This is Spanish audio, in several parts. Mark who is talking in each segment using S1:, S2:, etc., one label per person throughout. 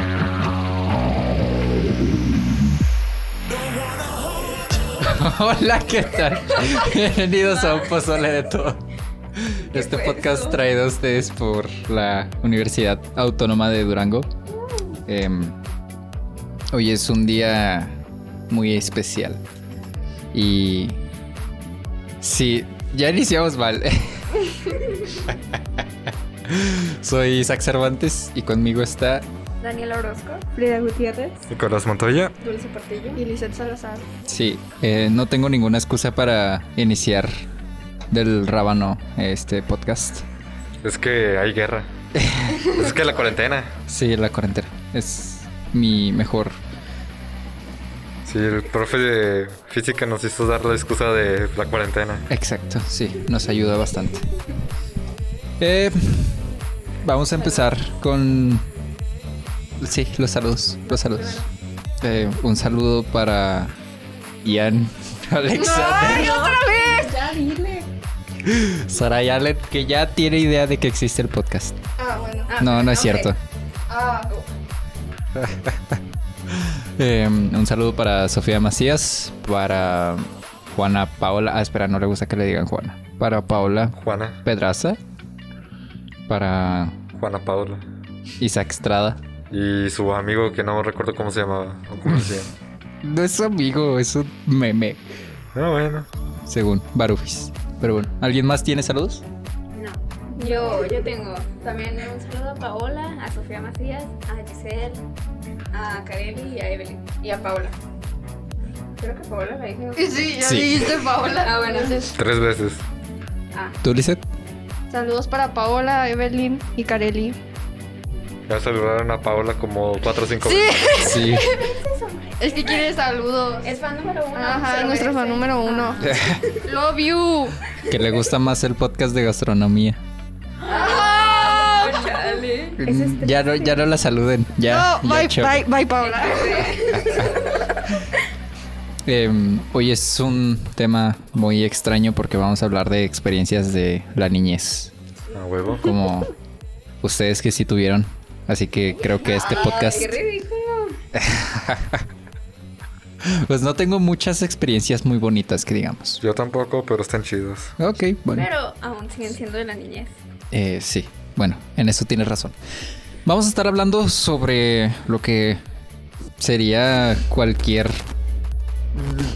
S1: Hola, ¿qué tal? Bienvenidos a un pozole de todo.
S2: ¿Qué
S1: Este
S2: fue
S1: podcast
S2: eso?
S1: traído a ustedes por la Universidad Autónoma de Durango. Em, hoy es un día muy especial. Y. Sí, ya iniciamos mal. Soy Isaac Cervantes y conmigo está
S2: Daniel Orozco,
S3: Frida Gutiérrez
S4: Nicolás Montoya.
S2: Dulce Portillo.
S3: y Lizeth Salazar.
S1: Sí, eh, no tengo ninguna excusa para iniciar del rábano este podcast.
S4: Es que hay guerra. es que la cuarentena.
S1: Sí, la cuarentena. Es mi mejor.
S4: Sí, el profe de física nos hizo dar la excusa de la cuarentena.
S1: Exacto, sí, nos ayuda bastante. Eh, vamos a empezar con. Sí, los saludos. Los saludos. Eh, un saludo para Ian, Alexander,
S3: Ya dile.
S1: Sara y Allen, que ya tiene idea de que existe el podcast.
S3: Ah, bueno.
S1: No, no es cierto.
S3: Ah,
S1: Eh, un saludo para Sofía Macías, para Juana Paola. Ah, espera, no le gusta que le digan Juana. Para Paola
S4: Juana.
S1: Pedraza, para
S4: Juana Paula.
S1: Isaac Estrada.
S4: Y su amigo que no recuerdo cómo se llamaba. O cómo se llama.
S1: No es su amigo, es un meme,
S4: Ah, bueno.
S1: según Barufis. Pero bueno, ¿alguien más tiene saludos?
S2: No. Yo, yo tengo también un saludo a Paola, a Sofía Macías, a Giselle, a Kareli y a Evelyn. Y a Paola. Creo que Paola la dije.
S3: sí, ya
S1: Sí.
S3: dijiste Paola.
S2: Ah, bueno, entonces.
S4: Tres veces.
S2: Ah,
S1: ¿Tú, Lizeth?
S3: Saludos para Paola, Evelyn y Kareli.
S4: Ya saludaron a Paula como cuatro o cinco
S3: Sí,
S4: veces.
S1: Sí.
S3: es que quiere saludos.
S2: es fan número uno. Ah. se
S3: Ajá,
S2: lo
S3: nuestro fan
S2: merece.
S3: número uno. Love you.
S1: que le gusta más el podcast de gastronomía.
S3: Ah,
S2: Ah, chale.
S1: Mm, Ya no, ya no la saluden. Ya,
S3: este, no,
S1: ya
S3: bye,
S1: chao.
S3: bye, bye, Paola.
S1: Em, hoy es un tema muy extraño porque vamos a hablar de experiencias de la niñez.
S4: A huevo.
S1: como ustedes que sí tuvieron. Así que creo que este
S2: Ay,
S1: podcast,
S2: qué ridículo.
S1: pues no tengo muchas experiencias muy bonitas que digamos.
S4: Yo tampoco, pero están chidos.
S1: Ok, bueno.
S2: Pero aún siguen siendo de la niñez.
S1: Eh, sí, bueno, en eso tienes razón. Vamos a estar hablando sobre lo que sería cualquier...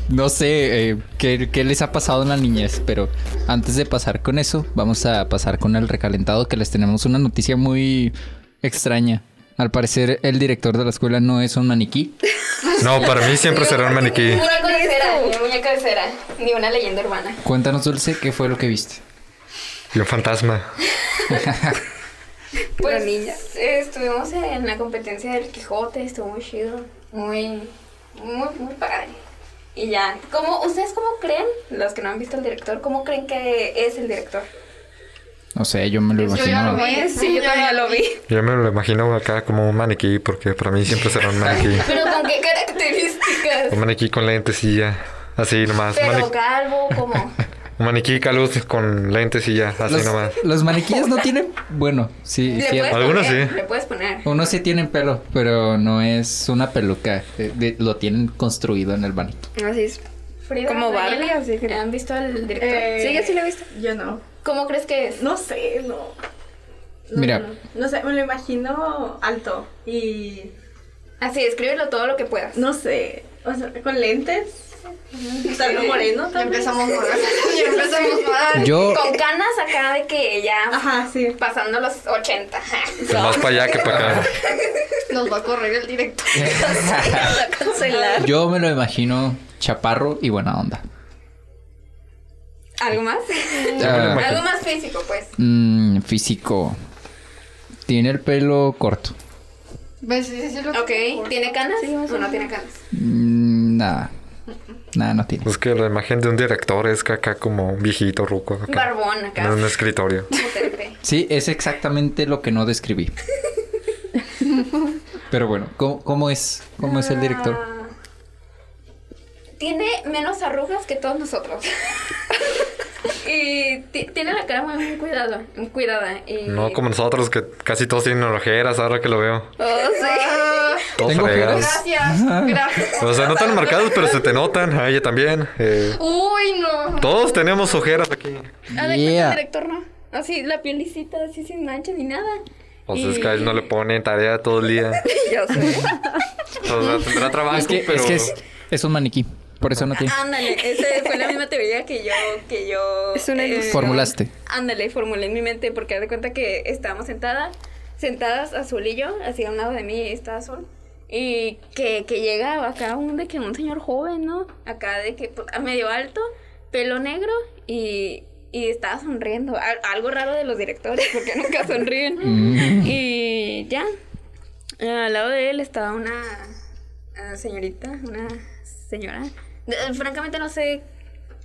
S1: No sé eh, qué, qué les ha pasado en la niñez, pero antes de pasar con eso, vamos a pasar con el recalentado que les tenemos una noticia muy extraña. Al parecer el director de la escuela no es un maniquí.
S4: No, para mí siempre será un maniquí.
S2: muñeca de cera, ni muñeca de cera, ni una leyenda urbana.
S1: Cuéntanos, Dulce, qué fue lo que viste.
S4: Y un fantasma.
S2: Pues eh, estuvimos en la competencia del Quijote, estuvo muy chido, muy, muy, muy padre. Y ya, ¿cómo, ¿ustedes cómo creen, los que no han visto el director, cómo creen que es el director?
S1: No sé, yo me lo
S3: Yo ya lo
S1: imagino.
S3: vi.
S2: Sí, yo todavía lo vi.
S4: Yo me lo imagino acá como un maniquí, porque para mí siempre será un maniquí.
S2: Pero con qué características.
S4: Un maniquí con lentes y ya. Así nomás.
S2: Pero
S4: Mani-
S2: calvo, ¿cómo?
S4: un maniquí caluz con lentes y ya. Así
S1: Los,
S4: nomás.
S1: los maniquíes no tienen. Bueno, sí,
S2: Le
S1: sí.
S2: puedes
S4: Algunos
S2: poner,
S4: sí.
S2: Le puedes poner.
S1: Unos sí tienen pelo, pero no es una peluca. eh, de- lo tienen construido en el maniquí.
S3: Así es.
S2: Frida,
S3: Como
S2: Daniela,
S3: Barbie, así que-
S2: ¿Han visto el director?
S5: Eh,
S2: Sí, yo sí lo he visto.
S5: Yo no.
S2: ¿Cómo crees que es?
S5: No sé, no. No,
S1: Mira.
S5: No, No sé, me lo imagino alto y
S2: Así, escríbelo todo lo que puedas.
S5: no sé, o sea, con lentes, tal vez moreno
S3: Ya
S5: tal vez.
S3: empezamos mal. Ya empezamos mal.
S1: Yo.
S2: Con canas acá de que ya
S5: Ajá, sí.
S2: pasando los 80.
S4: Es más para allá que para acá.
S3: Nos va a correr el director.
S2: Cancelar.
S1: Yo me lo imagino chaparro y buena onda.
S2: ¿Algo más?
S1: Ah,
S2: Algo más físico, pues.
S1: mm, físico. Tiene el pelo corto.
S3: ¿Ves? Sí, sí, sí, lo
S2: Ok, ¿tiene canas o no tiene canas?
S1: Mm, nada. Nada, no tiene.
S4: Es Pues que la imagen de un director es que acá como un viejito ruco. Acá.
S2: Barbón acá.
S4: En un escritorio.
S2: potente.
S1: Sí, es exactamente lo que no describí. Pero bueno, ¿cómo, cómo es? ¿Cómo es el director?
S2: Ah, Tiene menos arrugas que todos nosotros. y ti- tiene la cara muy, muy cuidado, muy cuidada. Y...
S4: No como nosotros que casi todos tienen ojeras ahora que lo veo.
S2: Oh, sí.
S4: Todos
S1: Tengo
S4: fregados.
S2: Gracias, gracias.
S4: O sea, no tan marcados, pero se te notan. A ella también. eh,
S2: Uy, no.
S4: todos tenemos ojeras aquí.
S2: Ah, de-
S1: Yeah.
S2: El director no. Así, la pielicita, así sin mancha ni nada.
S4: O sea, es que a él no le pone tarea todo el día.
S2: Yo sé.
S4: O sea, tendrá trabajo,
S1: Es que,
S4: pero...
S1: es, que es, es un maniquí. Por eso no tiene.
S2: Ándale, esa fue la misma teoría que yo, que yo eh,
S3: Es una ilusión.
S1: Formulaste.
S2: Ándale, formulé en mi mente porque haz de cuenta que estábamos sentada, sentadas Azul y yo, así a un lado de mí está Azul. Y que, que llega acá un de que un señor joven, ¿no? Acá de que pues, a medio alto, pelo negro y, y estaba sonriendo. Al- algo raro de los directores porque nunca sonríen.
S1: Mm.
S2: Y Eh, ya. Al lado de él estaba una eh, señorita, una señora. Eh, Francamente no sé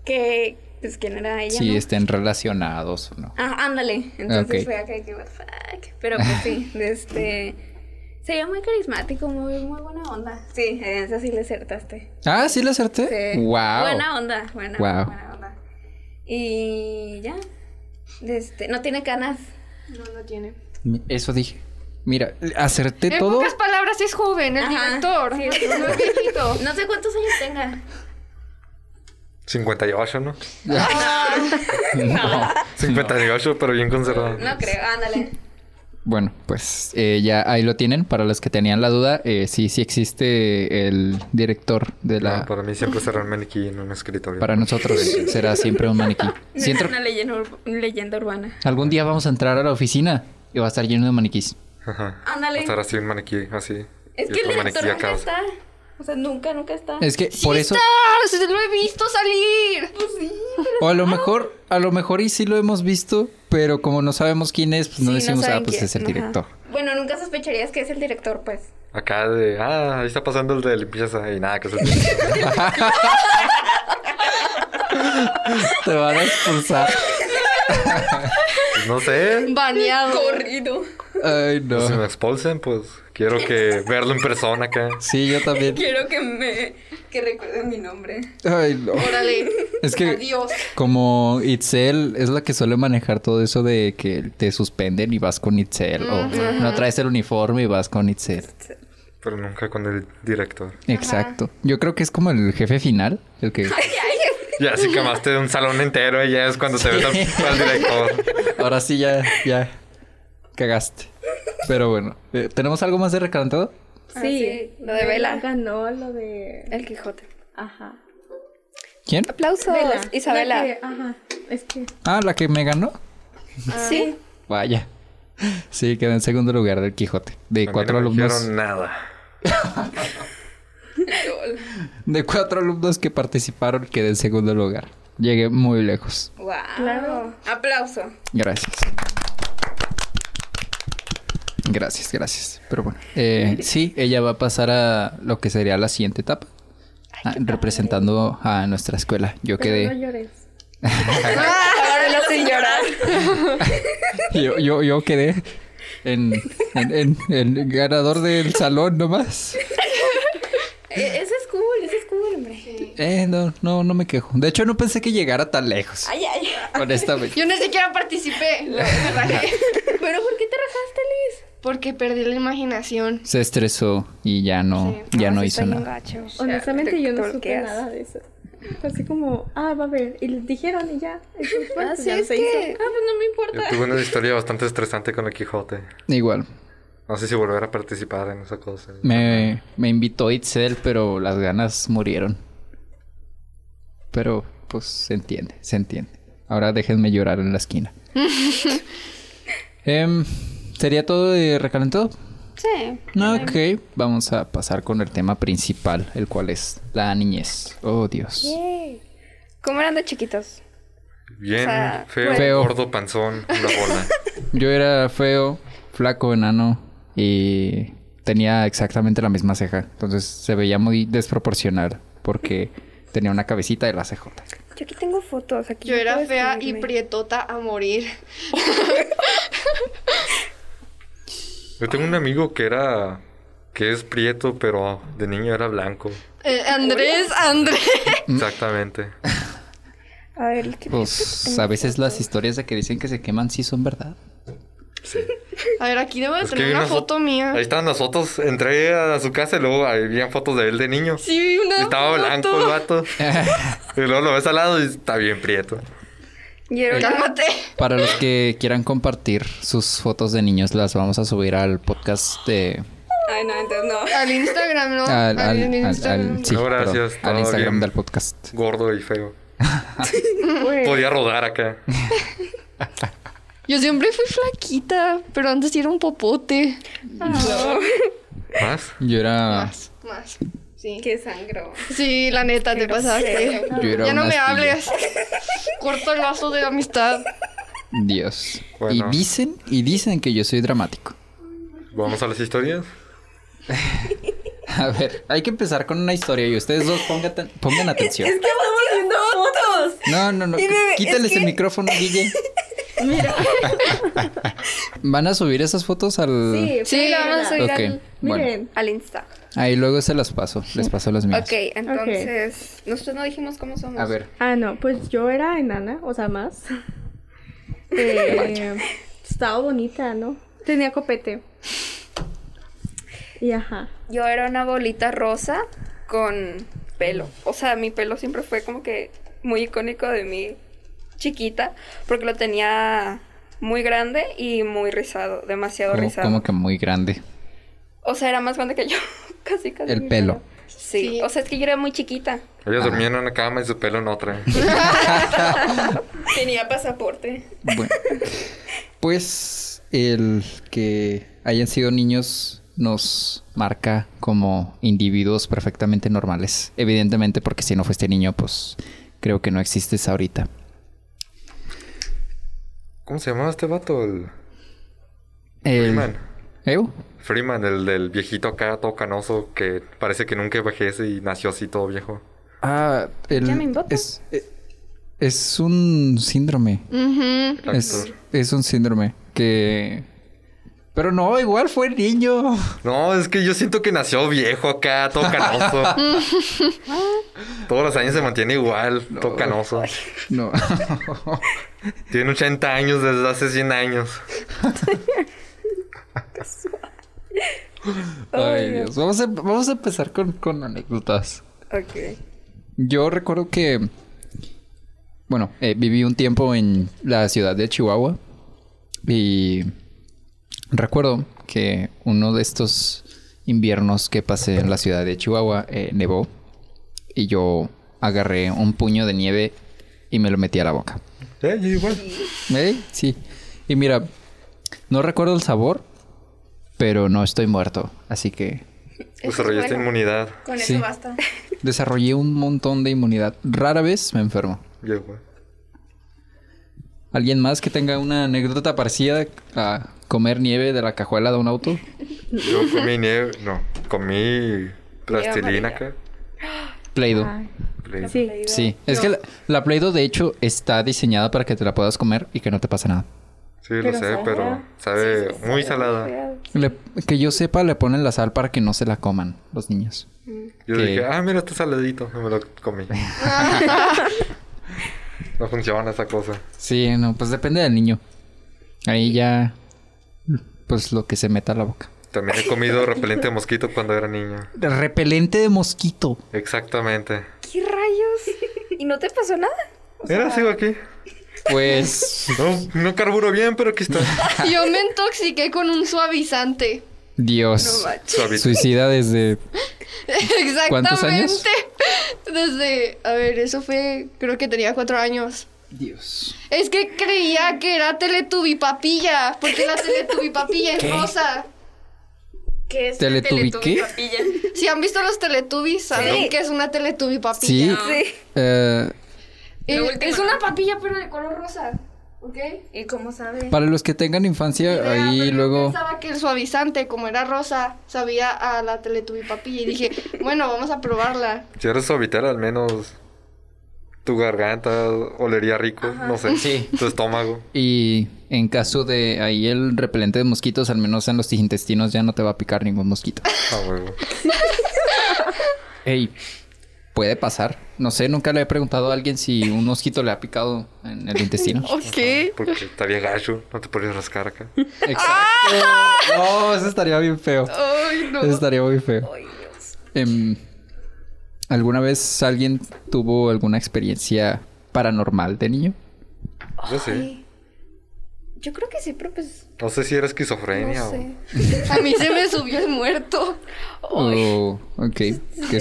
S2: qué, pues quién era ella.
S1: Si
S2: ¿no?
S1: estén relacionados o no.
S2: Ah, ándale. Entonces
S1: Ok.
S2: fue acá que what the fuck. Pero pues sí, este se veía muy carismático, muy, muy buena onda. Sí, en esa sí le acertaste.
S1: Ah, sí le acerté.
S2: Sí.
S1: Wow.
S2: Buena onda, buena,
S1: Wow.
S2: buena onda. Y ya. Este, no tiene canas.
S3: No, no tiene.
S1: Eso dije. Mira, acerté
S3: En
S1: todo.
S3: pocas palabras, es joven, el
S2: Ajá,
S3: director.
S2: sí,
S3: no, no es viejito.
S2: No sé cuántos años tenga.
S4: 58, ¿no?
S1: No.
S4: 58, pero bien conservado.
S2: No creo, ándale.
S1: Bueno, pues eh, ya ahí lo tienen. Para los que tenían la duda, eh, sí, sí existe el director de la.
S4: No, para mí siempre será un maniquí en un escritorio.
S1: Para nosotros será siempre un maniquí.
S2: Es
S1: Si entra-
S2: una leyenda, ur- leyenda urbana.
S1: Algún día vamos a entrar a la oficina y va a estar lleno de maniquís.
S4: Ajá.
S2: Ándale.
S4: Estar así un maniquí, así.
S2: Es
S4: Y
S2: que el
S4: otro
S2: director
S4: maniquí
S2: nunca
S4: acá.
S2: está. O sea, nunca, nunca está.
S1: Es que por eso.
S3: ¡Ah! ¡Se lo he visto salir!
S1: O a lo mejor, a lo mejor y sí lo hemos visto, pero como no sabemos quién es, pues no
S2: Sí, no
S1: decimos, ah,
S2: saben
S1: pues
S2: quién".
S1: es el
S2: Ajá.
S1: director.
S2: Bueno, nunca sospecharías que es el director, pues.
S4: Acá de, ah, ahí está pasando el de limpieza y nada, que se el
S1: Te van a expulsar.
S4: Pues No sé.
S3: Baneado.
S2: Corrido.
S1: Ay,
S4: Si me
S1: no.
S4: expulsen, pues quiero que verlo en persona acá.
S1: Sí, yo también.
S2: Quiero que me que recuerden mi nombre.
S1: Ay, no.
S3: Órale.
S1: Es que
S3: Adiós.
S1: como Itzel es la que suele manejar todo eso de que te suspenden y vas con Itzel o no traes el uniforme y vas con Itzel.
S4: Pero nunca con el director.
S1: Exacto. Yo creo que es como el jefe final, el que
S4: Ya así quemaste un salón entero y ya es cuando te ves al, al director.
S1: ahora sí ya ya cagaste. Pero bueno, eh, ¿tenemos algo más de recalentado?
S2: Ah, Sí, lo de
S5: Vela
S2: Vela.
S5: ganó lo de.
S2: El Quijote.
S5: Ajá.
S1: ¿Quién?
S2: Aplausos. Isabela.
S5: La que- Ajá. Es que.
S1: Ah, la que me ganó.
S2: Sí.
S1: Vaya. Sí, quedó en segundo lugar del Quijote. De
S4: A mí
S1: cuatro
S4: no me
S1: alumnos.
S4: dijeron nada.
S1: De cuatro alumnos que participaron, quedé en segundo lugar. Llegué muy lejos.
S2: Wow.
S5: Claro.
S2: Aplauso.
S1: Gracias. Gracias, gracias. Pero bueno. eh, sí, ella va a pasar a lo que sería la siguiente etapa. Ah, representando a nuestra escuela. Yo
S5: No
S1: quedé.
S5: llores.
S2: Ahora lo sin llorar.
S1: Yo, yo, yo quedé en, en- en- en ganador del salón nomás.
S2: E- Eso es cool, eso es cool, hombre.
S1: Eh, no, no, no me quejo. De hecho, no pensé que llegara tan lejos.
S2: Ay, ay.
S1: Honestamente.
S3: Yo ni siquiera participé. Lo- me rajé.
S2: ¿Pero por qué te rajaste, Liz?
S3: Porque perdí la imaginación.
S1: Se estresó y ya no,
S3: Sí.
S1: ya no
S3: sí
S1: hizo
S3: está bien
S1: nada.
S3: gacho.
S5: Honestamente,
S2: te
S5: yo no supe
S2: torqueas.
S5: nada de eso. Fue Así como, ah, va a ver. Y les dijeron y ya. Eso fue, pues,
S3: Así
S5: ya
S3: es
S5: se
S3: que-
S5: hizo.
S2: Ah, pues no me
S4: Yo
S2: importa.
S4: tuve una historia bastante estresante con el Quijote.
S1: Igual.
S4: No sé si volver a participar en esa cosa.
S1: Me, me invitó Itzel, pero las ganas murieron. Pero, pues, se entiende, se entiende. Ahora déjenme llorar en la esquina. Em, ¿Sería todo de recalentado?
S2: Sí.
S1: Ok, vamos a pasar con el tema principal, el cual es la niñez. Oh, Dios.
S2: ¿Cómo eran de chiquitos?
S4: Bien,
S2: sea,
S4: feo,
S1: Feo.
S4: gordo, panzón, la bola.
S1: Yo era feo, flaco, enano y tenía exactamente la misma ceja. Entonces se veía muy desproporcional porque tenía una cabecita de la cejota.
S2: Yo aquí tengo fotos. Aquí
S3: Yo era fea y prietota a morir.
S4: Yo tengo un amigo que era. que es prieto, pero de niño era blanco.
S3: Eh, Andrés, Andrés.
S4: Exactamente.
S2: A ver, ¿qué
S1: Pues a veces las historias de que dicen que se queman sí son verdad.
S4: Sí.
S3: A ver, aquí debo de
S4: Es que
S3: tener
S4: hay
S3: una
S4: unas fo-
S3: foto mía.
S4: Ahí estaban las fotos. Entré a su casa y luego habían fotos de él de niño.
S3: Sí, vi una
S4: Estaba
S3: foto.
S4: blanco el vato. y luego lo ves al lado y está bien prieto.
S5: Y era una-
S3: Cálmate.
S1: Para los que quieran compartir sus fotos de niños, las vamos a subir al podcast de.
S6: Ay, no, entonces no.
S3: Al Instagram, ¿no?
S1: Al, al- al-
S3: Instagram.
S1: al- sí,
S4: No, gracias,
S1: perdón,
S4: todo
S1: al Instagram
S4: bien.
S1: del podcast.
S4: Gordo y feo.
S5: güey.
S4: Podía rodar acá.
S3: Yo siempre fui flaquita, pero antes sí era un popote.
S4: ¿Más?
S1: Yo
S4: Ah.
S1: era.
S3: Más, más.
S6: Sí. Qué sangro.
S3: Sí, la neta, te pasaste.
S1: Yo era
S3: Ya no
S1: una
S3: me
S1: astilla.
S3: hables. Corto el lazo de amistad.
S1: Dios.
S4: Bueno.
S1: Y dicen, y dicen que yo soy dramático.
S4: Vamos a las historias.
S1: A ver, hay que empezar con una historia y ustedes dos pongan, aten- pongan atención.
S6: Es que vamos viendo fotos.
S1: No, no, no.
S6: Y me-
S1: Quítales
S6: es que-
S1: el micrófono, Guille. ¿Van a subir esas fotos al.?
S5: Sí,
S3: Sí, la vamos a subir.
S1: Ok,
S3: al-
S1: bueno.
S5: Miren,
S6: Al Insta.
S1: Ahí luego se las paso. Les paso las mías.
S6: Ok, entonces. Nosotros no dijimos cómo somos.
S1: A ver.
S5: ah, no, pues yo era enana, o sea, más. Eh, estaba bonita, ¿no? Tenía copete. Y ajá.
S6: Yo era una bolita rosa con pelo. O sea, mi pelo siempre fue como que muy icónico de mí chiquita, porque lo tenía muy grande y muy rizado, demasiado
S1: Como,
S6: rizado.
S1: como que muy grande.
S6: O sea, era más grande que yo, casi, casi.
S1: El
S6: mi
S1: pelo.
S6: Sí.
S3: Sí.
S6: o sea, es que yo era muy chiquita.
S4: Ella
S1: Ah.
S4: dormía en una cama y su pelo en otra.
S6: Tenía pasaporte.
S1: Bueno. Pues el que hayan sido niños nos marca como individuos perfectamente normales. Evidentemente, porque si no fuiste niño, pues creo que no existes ahorita.
S4: ¿Cómo se llamaba este vato? El
S1: El... ¿Eh?
S4: Freeman.
S1: ¿Ew?
S4: Freeman, el del viejito acá, todo canoso, que parece que nunca envejece y nació así todo viejo.
S1: Ah, el-
S6: Ya me invoca.
S1: es, eh, es un síndrome.
S3: Ujú.
S4: El
S1: Es,
S4: actor.
S1: es un síndrome que... Pero no, igual fue niño.
S4: No, es que yo siento que nació viejo acá, todo canoso. Todos los años se mantiene igual, todo canoso.
S1: No.
S4: Tiene 80 años desde hace 100 años.
S1: Ay, Dios. Vamos a, vamos a empezar con, con anécdotas.
S6: Ok.
S1: Yo recuerdo que... Bueno, eh, viví un tiempo en la ciudad de Chihuahua. Y recuerdo que uno de estos inviernos que pasé en la ciudad de Chihuahua eh, nevó y yo agarré un puño de nieve y me lo metí a la boca.
S4: Eh, yo igual.
S1: ¿Eh? Sí. Y mira, no recuerdo el sabor, pero no estoy muerto. Así que
S4: Desarrollaste
S6: bueno.
S4: Pues inmunidad.
S6: Con
S1: Sí.
S6: eso basta.
S1: desarrollé un montón de inmunidad. Rara vez me enfermo.
S4: Yo igual.
S1: ¿Alguien más que tenga una anécdota parecida a comer nieve de la cajuela de un auto?
S4: Yo comí nieve, no, comí plastilina
S6: amarilla.
S4: acá.
S1: Pleido.
S6: Ah,
S5: Ay,
S4: Le-
S5: sí.
S1: Sí, es que la, la Play-Doh de hecho está diseñada para que te la puedas comer y que no te pase nada.
S4: Sí, lo
S5: Pero
S4: sé,
S5: sabe
S4: pero
S5: fea.
S4: sabe muy salada.
S1: Le- que yo sepa, le ponen la sal para que no se la coman los niños.
S4: Yo
S1: Que-
S4: dije, ah, mira, está saladito. No me lo comí. no funciona esa cosa.
S1: Sí, no, pues depende del niño. Ahí ya, pues lo que se meta a la boca.
S4: También he comido repelente de mosquito cuando era niño.
S1: Repelente de mosquito.
S4: Exactamente.
S6: ¿Qué rayos? ¿Y no te pasó nada?
S4: Mira, sigo aquí.
S1: Pues,
S4: No, no carburo bien, pero aquí está.
S3: Yo me intoxiqué con un suavizante.
S1: Dios.
S4: Suavito.
S1: Suicida desde...
S3: Exactamente.
S1: ¿Cuántos años?
S3: Desde, a ver, eso fue, creo que tenía cuatro años.
S1: Dios.
S3: Es que creía que era Teletubi papilla, porque la Teletubi papilla es rosa.
S6: ¿Qué es
S1: ¿Teletubi qué?
S3: Si han visto los Teletubbies, saben
S6: Sí.
S3: que es una Teletubi
S1: Sí.
S3: papilla.
S6: Sí.
S1: eh,
S3: Eh,
S6: La última.
S3: es una papilla pero de color rosa, ¿ok?
S6: ¿Y cómo sabe?
S1: para los que tengan infancia,
S3: Idea, pero
S1: ahí
S3: yo
S1: luego...
S3: pensaba que el suavizante, como era rosa, sabía a la Teletubi papilla y dije, bueno, vamos a probarla.
S4: Si eres suavitel, al menos tu garganta olería rico. No sé.
S1: Sí.
S4: Tu estómago.
S1: Y en caso de ahí el repelente de mosquitos, al menos en los
S4: Ah,
S1: intestinos ya no te va a picar ningún mosquito.
S4: A huevo.
S1: Ey, puede pasar. No sé, nunca le he preguntado a alguien si un mosquito le ha picado en el intestino.
S3: Ok.
S4: Porque estaría gacho, no te podrías rascar acá.
S1: Exacto. No, eso estaría bien feo.
S3: Ay, no.
S1: Eso estaría muy feo.
S6: Ay, Dios.
S1: Em, ¿Alguna vez alguien tuvo alguna experiencia paranormal de niño?
S4: Yo sé.
S6: Ay. Yo creo que sí, pero pues.
S4: No sé si era esquizofrenia
S6: No
S4: o.
S6: sé.
S3: A mí se me subió el muerto.
S1: Oh, ok. ¿Qué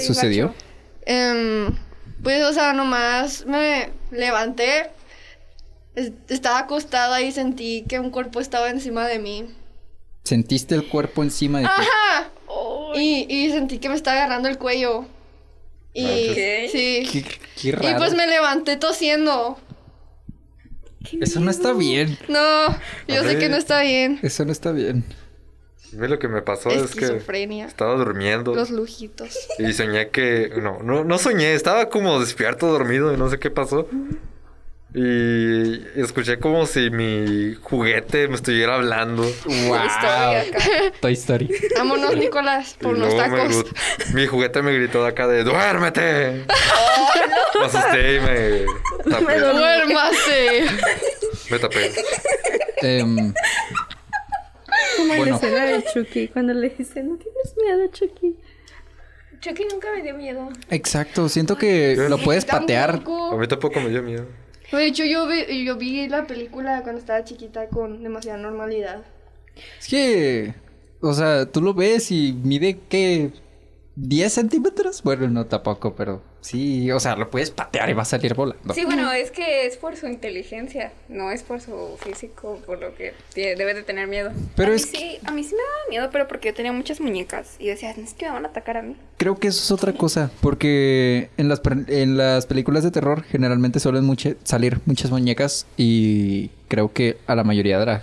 S6: Sí,
S1: sucedió?
S6: gacho.
S3: Em, pues, o sea, nomás me levanté. es- Estaba acostada y sentí que un cuerpo estaba encima de mí.
S1: ¿Sentiste el cuerpo encima de ti?
S3: ¡Ajá! Y, y sentí que me estaba agarrando el cuello. Y
S6: Manches.
S3: sí.
S1: Qué, qué
S3: Y
S1: raro.
S3: pues me levanté tosiendo.
S1: Eso no está bien.
S3: No, yo sé
S4: ver.
S3: que no está bien.
S1: Eso no está bien.
S4: A mí lo que me pasó es que
S3: Esquizofrenia.
S4: estaba durmiendo
S3: Los lujitos.
S4: y soñé que. No, no, no soñé, estaba como despierto, dormido y no sé qué pasó. Y escuché como si mi juguete me estuviera hablando.
S6: Historia acá.
S1: Toy Story.
S3: Vámonos, Nicolás, por
S4: Y
S3: los
S4: luego me
S3: tacos.
S4: gru- mi juguete me gritó de acá de ¡Duérmete! Me asusté y me tapé. Me,
S3: Duérmase.
S4: tapé.
S1: Em,
S5: Como en
S1: Bueno.
S5: la escena de Chucky, cuando le dice, no tienes miedo, Chucky.
S6: Chucky nunca me dio miedo.
S1: exacto. Siento que lo puedes patear.
S4: A
S3: Tampoco.
S4: mí tampoco me dio miedo.
S3: De hecho, yo vi, yo vi la película cuando estaba chiquita con demasiada normalidad.
S1: Es que, o sea, tú lo ves y mide que 10 centímetros. Bueno, no tampoco, pero sí, o sea, lo puedes patear y va a salir volando.
S6: Sí, bueno, es que es por su inteligencia, no es por su físico, por lo que tiene- debe de tener miedo.
S1: Pero
S6: a
S1: es
S6: mí sí, a mí sí me daba miedo, pero porque yo tenía muchas muñecas y yo decía, es que me van a atacar a mí.
S1: Creo que eso es otra cosa, porque en las, pre- en las películas de terror generalmente suelen muche- salir muchas muñecas y creo que a la mayoría de la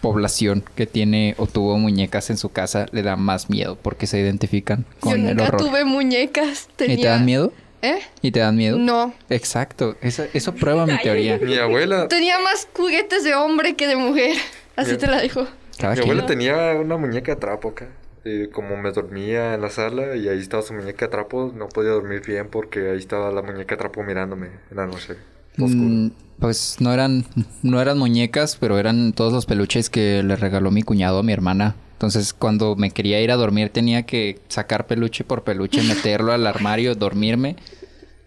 S1: población que tiene o tuvo muñecas en su casa le da más miedo porque se identifican con
S3: yo
S1: el
S3: nunca
S1: horror.
S3: tuve muñecas. Tenía...
S1: ¿Y te dan miedo?
S3: ¿Eh?
S1: ¿Y te dan miedo?
S3: No.
S1: Exacto, eso, eso prueba mi teoría.
S4: Mi abuela.
S3: Tenía más juguetes de hombre que de mujer. Así
S4: Bien.
S3: te la dijo.
S1: Cada
S4: Mi
S1: quien.
S4: abuela tenía una muñeca de trapo acá. Y como me dormía en la sala y ahí estaba su muñeca de trapo, no podía dormir bien porque ahí estaba la muñeca de trapo mirándome en la noche. Oscuro.
S1: Mm, pues no eran, no eran muñecas, pero eran todos los peluches que le regaló mi cuñado a mi hermana. Entonces, cuando me quería ir a dormir, tenía que sacar peluche por peluche, meterlo al armario, dormirme,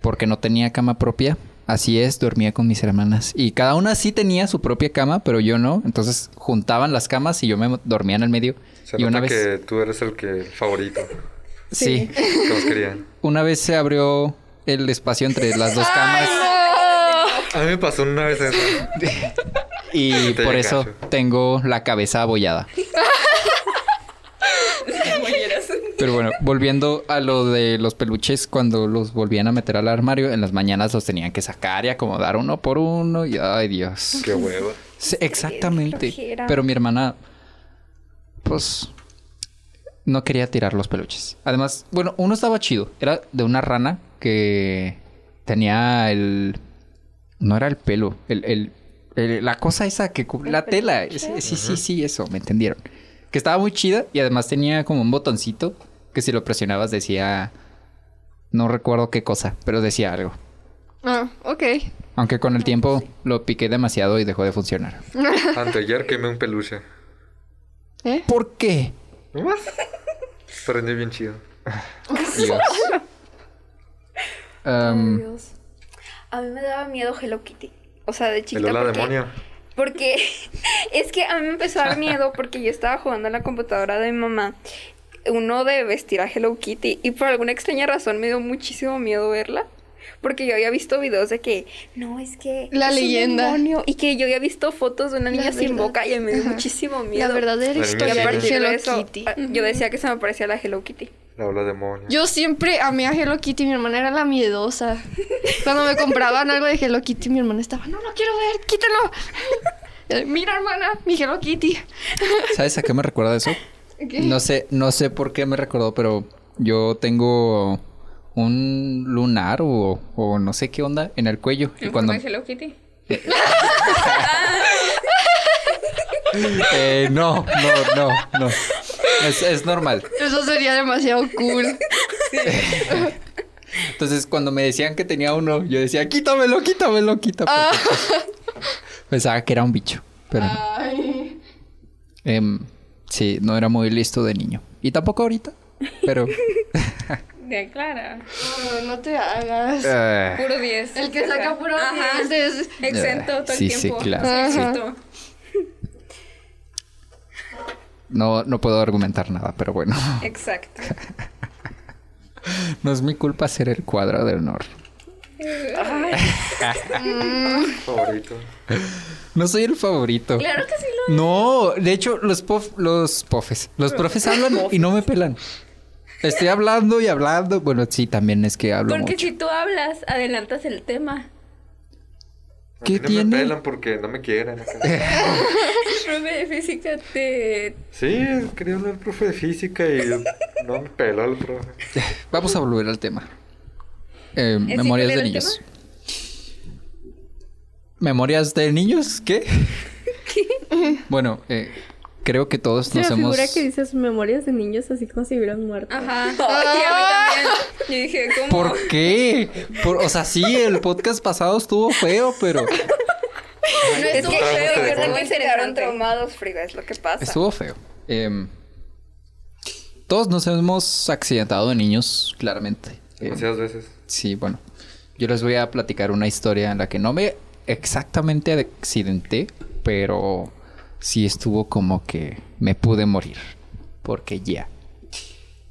S1: porque no tenía cama propia. Así es, dormía con mis hermanas. Y cada una sí tenía su propia cama, pero yo no. Entonces juntaban las camas y yo me dormía en el medio.
S4: Se
S1: y
S4: nota
S1: una vez.
S4: que tú eres el que el favorito
S1: Sí.
S4: que nos querían.
S1: Una vez se abrió el espacio entre las dos camas.
S4: A mí me pasó una vez eso.
S1: Y
S4: Te
S1: por
S4: cacho.
S1: eso tengo la cabeza abollada. Pero bueno, volviendo a lo de los peluches, cuando los volvían a meter al armario, en las mañanas los tenían que sacar y acomodar uno por uno. Y ay, Dios.
S4: Qué hueva.
S1: Sí, exactamente.
S6: flojera.
S1: Pero mi hermana, pues, no quería tirar los peluches. Además, bueno, uno estaba chido. Era de una rana que tenía el... No era el pelo, el... el- el- la cosa esa que cubre la tela. Ese- sí, sí, sí, eso, me entendieron. Que estaba muy chida y además tenía como un botoncito que si lo presionabas decía... No recuerdo qué cosa, pero decía algo.
S3: Ah, ok.
S1: Aunque con el tiempo lo piqué demasiado y dejó de funcionar.
S4: Anteayer quemé un peluche.
S3: ¿Eh?
S1: ¿Por qué?
S4: ¿Nomás? Prendí bien chido.
S1: Dios. Em,
S6: Dios. A mí me daba miedo Hello Kitty. O sea, de
S4: El
S6: chiquita.
S4: hola
S6: porque-
S4: demonio.
S6: Porque es que a mí me empezó a dar miedo porque yo estaba jugando en la computadora de mi mamá. Uno de vestir a Hello Kitty y por alguna extraña razón me dio muchísimo miedo verla. Porque yo había visto videos de que, no, es que...
S3: La
S6: es un
S3: leyenda.
S6: demonio", y que yo había visto fotos de una
S3: La
S6: niña sin
S3: verdad.
S6: boca y me dio
S3: Ajá.
S6: muchísimo
S3: La
S6: miedo.
S3: verdadera
S4: La
S6: Y
S3: historia
S6: a
S4: niña
S3: de
S6: partir
S3: Hello
S6: de eso,
S3: Kitty.
S6: a- yo decía que se me parecía la Hello Kitty.
S4: La hola demonio.
S3: Yo siempre amé a Hello Kitty, mi hermana era la miedosa. Cuando me compraban algo de Hello Kitty, mi hermana estaba, no lo quiero ver, quítalo. Eh, Mira, hermana, mi Hello Kitty.
S1: ¿Sabes a qué me recuerda eso?
S3: Ok.
S1: No sé, no sé por qué me recordó, pero yo tengo un lunar o, o no sé qué onda en el cuello. Y
S6: ¿En
S1: cuando,
S6: forma de Hello Kitty?
S1: Eh, no, no, no, no. Es, es normal.
S3: Eso sería demasiado cool.
S1: Entonces, cuando me decían que tenía uno, yo decía, quítamelo, quítamelo, quítamelo.
S3: Ah.
S1: Pensaba que era un bicho, pero no.
S3: Ay.
S1: Em, sí, no era muy listo de niño. Y tampoco ahorita, pero...
S6: De Clara.
S3: No, no te hagas.
S1: eh,
S6: Puro 10.
S3: El que saca puro
S6: Ajá.
S3: 10 es-
S6: Exento todo el
S1: Sí, sí,
S6: tiempo.
S1: claro.
S6: Soy
S3: Ajá.
S6: exento.
S1: no, no puedo argumentar nada, pero bueno.
S6: Exacto.
S1: No es mi culpa ser el cuadro de honor.
S4: Favorito.
S1: No soy el favorito.
S6: Claro que sí lo
S1: No, de hecho, los pof, los pofes, los profes hablan y no me pelan. Estoy hablando y hablando. Bueno, sí, también es que hablo
S6: Porque
S1: mucho.
S6: si tú hablas, adelantas el tema.
S4: A
S1: ¿Qué
S4: mí no
S1: tiene?
S4: me pelan porque no me quieren. acá.
S6: El profe de física te...
S4: Sí, quería hablar al profe de física y no me peló el profe.
S1: Vamos a volver al tema. Eh,
S6: ¿Es igual
S1: memorias de
S6: el
S1: niños. ¿Memorias de niños? ¿Qué? Bueno, eh, creo que todos
S5: Se me
S1: nos hemos...
S5: figura que dices memorias de niños así como si hubieran muerto.
S6: Ajá. Sí,
S2: ah.
S6: a mí también. Yo dije, ¿cómo?
S1: ¿Por qué? Por- o sea, sí, el podcast pasado estuvo feo, pero
S6: No
S4: Ay,
S6: es que
S4: tú
S6: creo
S4: trajiste
S6: que
S4: de
S6: es
S4: fondo.
S6: muy
S2: Me quedaron
S6: interesante.
S2: traumados, Frida, es lo que pasa.
S1: estuvo feo. Em, todos nos hemos accidentado de niños, claramente. Em,
S4: Demasiadas veces.
S1: Sí, bueno. Yo les voy a platicar una historia en la que no me exactamente accidenté, pero sí estuvo como que me pude morir. Porque ya.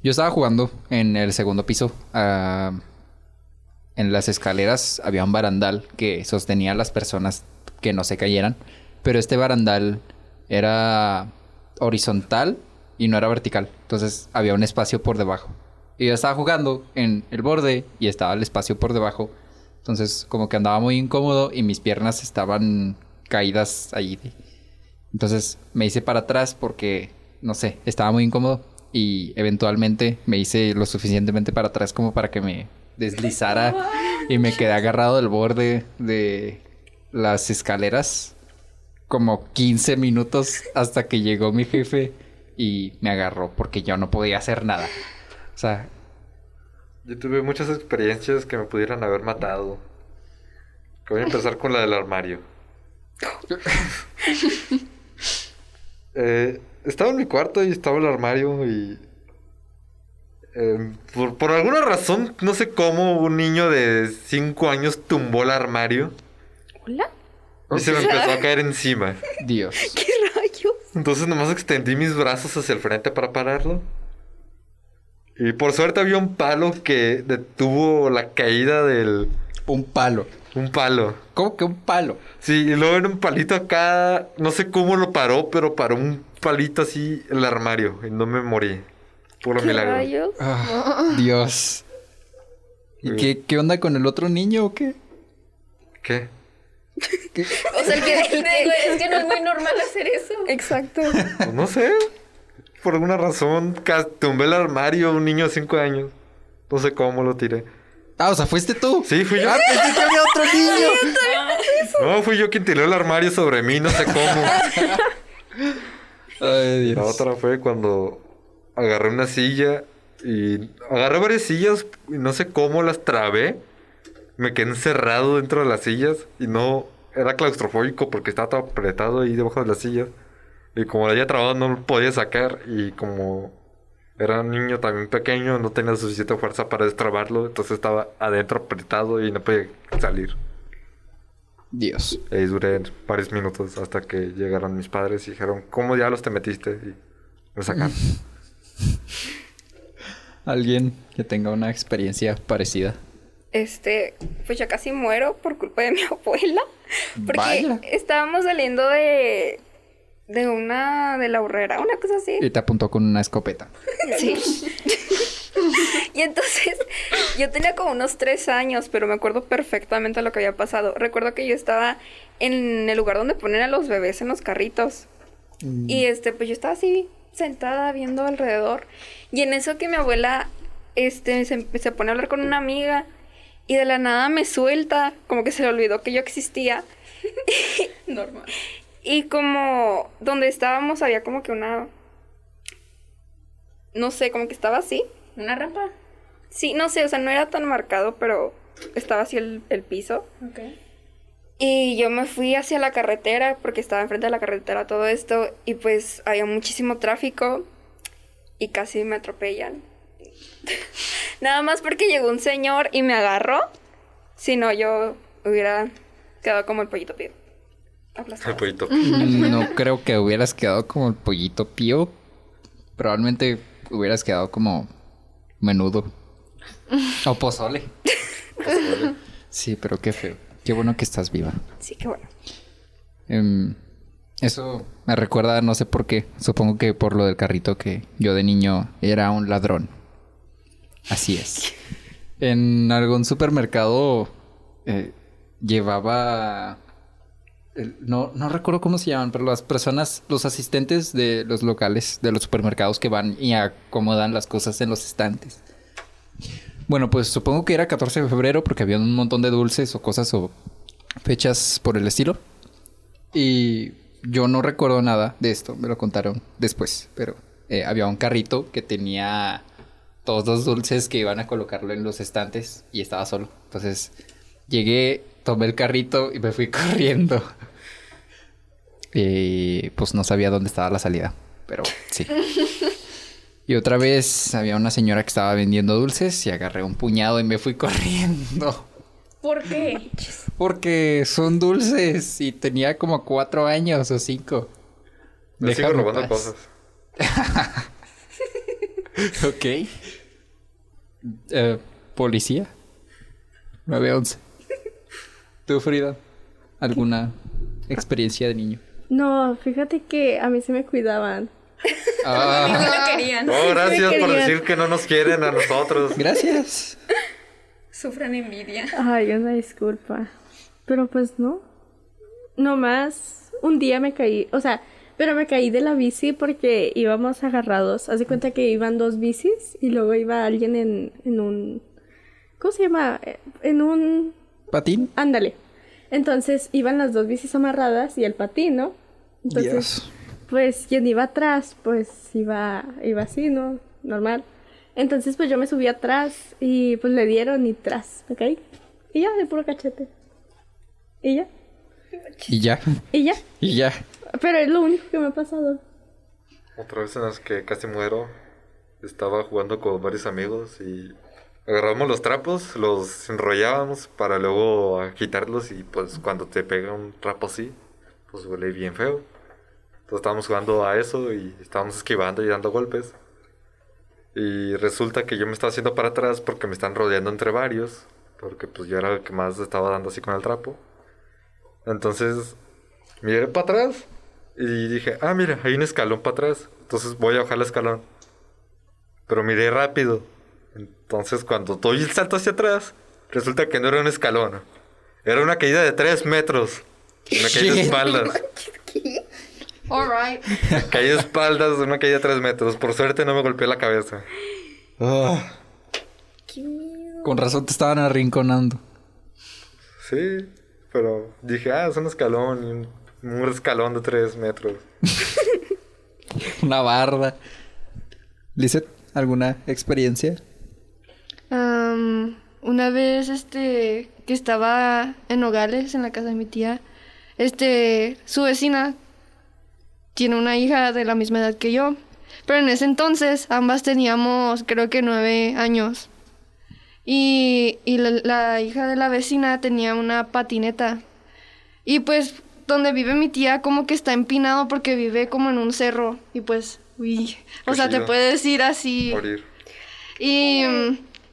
S1: Yo estaba jugando en el segundo piso. ah, en las escaleras había un barandal que sostenía a las personas que no se cayeran. Pero este barandal era horizontal y no era vertical. Entonces había un espacio por debajo. Y yo estaba jugando en el borde y estaba el espacio por debajo. Entonces como que andaba muy incómodo y mis piernas estaban caídas ahí. Entonces me hice para atrás porque, no sé, estaba muy incómodo. Y eventualmente me hice lo suficientemente para atrás como para que me deslizara. Y me quedé agarrado del borde de las escaleras como 15 minutos hasta que llegó mi jefe y me agarró porque yo no podía hacer nada. O sea,
S4: Yo tuve muchas experiencias que me pudieran haber matado. Que Voy a empezar con la del armario. Eh, estaba en mi cuarto y estaba el armario y... eh, por, por alguna razón, no sé cómo, un niño de 5 años tumbó el armario
S5: ¿Hola?
S4: y se me empezó a caer encima.
S1: Dios.
S2: ¿Qué rayos?
S4: Entonces nomás extendí mis brazos hacia el frente para pararlo. Y por suerte había un palo que detuvo la caída del...
S1: Un palo.
S4: Un palo.
S1: ¿Cómo que un palo?
S4: Sí, y luego era un palito acá. No sé cómo lo paró, pero paró un palito así en el armario. Y no me morí. Puro
S2: ¿Qué
S4: milagro.
S2: rayos?
S1: Ah, Dios. ¿Y
S4: Mm.
S1: qué, qué onda con el otro niño o qué?
S4: ¿Qué?
S1: ¿Qué?
S2: O sea, el que... el que-
S6: Güey, Es que no es muy normal hacer eso.
S2: Exacto.
S4: Pues no sé. Por alguna razón ca- tumbé el armario a un niño de 5 años. No sé cómo lo tiré.
S1: Ah, o sea, fuiste tú.
S4: Sí, fui yo.
S1: Ah, pensé que había otro niño.
S4: No, fui yo quien tiró el armario sobre mí, no sé cómo.
S1: Ay,
S4: La
S1: Dios.
S4: otra fue cuando agarré una silla y agarré varias sillas y no sé cómo las trabé. Me quedé encerrado dentro de las sillas y no era claustrofóbico porque estaba todo apretado ahí debajo de las sillas. Y como la había trabado no lo podía sacar y como era un niño también pequeño no tenía suficiente fuerza para destrabarlo, entonces estaba adentro apretado y no podía salir.
S1: Dios.
S4: Y ahí duré varios minutos hasta que llegaron mis padres y dijeron, ¿cómo diablos te metiste? Y me sacaron.
S1: Alguien que tenga una experiencia parecida.
S2: Este, pues yo casi muero por culpa de mi abuela. Porque
S1: Vaya.
S2: estábamos saliendo de... De una... De la horrera, una cosa así.
S1: Y te apuntó con una escopeta.
S2: Sí. y entonces yo tenía como unos tres años, pero me acuerdo perfectamente lo que había pasado. Recuerdo que yo estaba en el lugar donde ponen a los bebés en los carritos. Y
S6: Mm.
S2: este, pues yo estaba así sentada viendo alrededor. Y en eso que mi abuela este, se, se pone a hablar con una amiga y de la nada me suelta, como que se le olvidó que yo existía.
S6: Normal.
S2: Y como donde estábamos había como que una... No sé, como que estaba así.
S6: ¿Una rampa?
S2: Sí, no sé, o sea, no era tan marcado, pero estaba así el, el piso.
S6: Ok.
S2: Y yo me fui hacia la carretera porque estaba enfrente de la carretera todo esto y pues había muchísimo tráfico y casi me atropellan. Nada más porque llegó un señor y me agarró. Si no, yo hubiera quedado como el pollito pío.
S4: El
S2: Aplastado.
S4: pollito.
S1: Mm, No creo que hubieras quedado como el pollito pío. Probablemente hubieras quedado como menudo. O pozole. Sí, pero qué feo. Qué bueno que estás viva.
S2: Sí, qué bueno.
S1: Em, eso me recuerda, no sé por qué, supongo que por lo del carrito que yo de niño era un ladrón. Así es. En algún supermercado eh, llevaba... el- no, no recuerdo cómo se llaman, pero las personas, los asistentes de los locales, de los supermercados que van y acomodan las cosas en los estantes. Bueno, pues supongo que era 14 de febrero porque había un montón de dulces o cosas o fechas por el estilo. Y yo no recuerdo nada de esto, me lo contaron después, pero eh, había un carrito que tenía todos los dulces que iban a colocarlo en los estantes y estaba solo. Entonces llegué, tomé el carrito y me fui corriendo. Y pues no sabía dónde estaba la salida, pero sí. Y otra vez había una señora que estaba vendiendo dulces y agarré un puñado y me fui corriendo.
S5: ¿Por qué?
S1: Porque son dulces y tenía como cuatro años o cinco.
S4: Yo sigo
S1: Déjame paz.
S4: robando cosas.
S1: Ok. Eh, Policía. 911. ¿Tú, Frida? ¿Alguna experiencia de niño?
S5: No, fíjate que a mí se me cuidaban.
S1: Ah,
S6: No lo querían.
S4: Oh, gracias por
S5: quería.
S4: decir que no nos quieren a nosotros.
S1: gracias.
S6: Sufran envidia.
S5: Ay, una disculpa. Pero pues no. Nomás un día me caí, o sea, pero me caí de la bici porque íbamos agarrados. Haz de cuenta que iban dos bicis y luego iba alguien en, en un... ¿Cómo se llama? Eh, En un...
S1: ¿Patín?
S5: Ándale. Entonces iban las dos bicis amarradas y el patín, ¿no? Entonces,
S1: Dios.
S5: pues quien iba atrás, pues iba, iba así, ¿no? Normal. Entonces, pues yo me subí atrás y pues le dieron y tras, me caí. Y ya, de puro cachete. Y ya,
S1: Y ya.
S5: y ya.
S1: Y ya.
S5: Pero es lo único que me ha pasado.
S4: Otra vez en las que casi muero. Estaba jugando con varios amigos y agarramos los trapos, los enrollábamos para luego quitarlos y pues cuando te pega un trapo así, pues huele bien feo. Entonces estábamos jugando a eso y estábamos esquivando y dando golpes. Y resulta que yo me estaba haciendo para atrás porque me están rodeando entre varios, porque pues yo era el que más estaba dando así con el trapo. Entonces miré para atrás y dije, ah, mira, hay un escalón para atrás. Entonces voy a bajar el escalón. Pero miré rápido. Entonces cuando doy el salto hacia atrás, resulta que no era un escalón. Era una caída de 3 metros. Una caída de
S1: Shit.
S4: espaldas.
S3: Alright.
S4: Caí de espaldas, una caída de 3 metros. Por suerte no me golpeé la cabeza.
S1: Con razón te estaban arrinconando.
S4: Sí, pero dije, ah, es un escalón, y un, un escalón de 3 metros.
S1: Una barda. Lizeth, ¿alguna experiencia?
S3: Am, una vez, este, que estaba en Nogales, en la casa de mi tía, este, su vecina tiene una hija de la misma edad que yo. Pero en ese entonces ambas teníamos, creo que nueve años. Y, y la, la hija de la vecina tenía una patineta. Y pues donde vive mi tía como que está empinado porque vive como en un cerro. Y pues, uy, o
S4: Qué
S3: sea, te
S4: chido.
S3: puedes ir así.
S4: Morir.
S3: Y,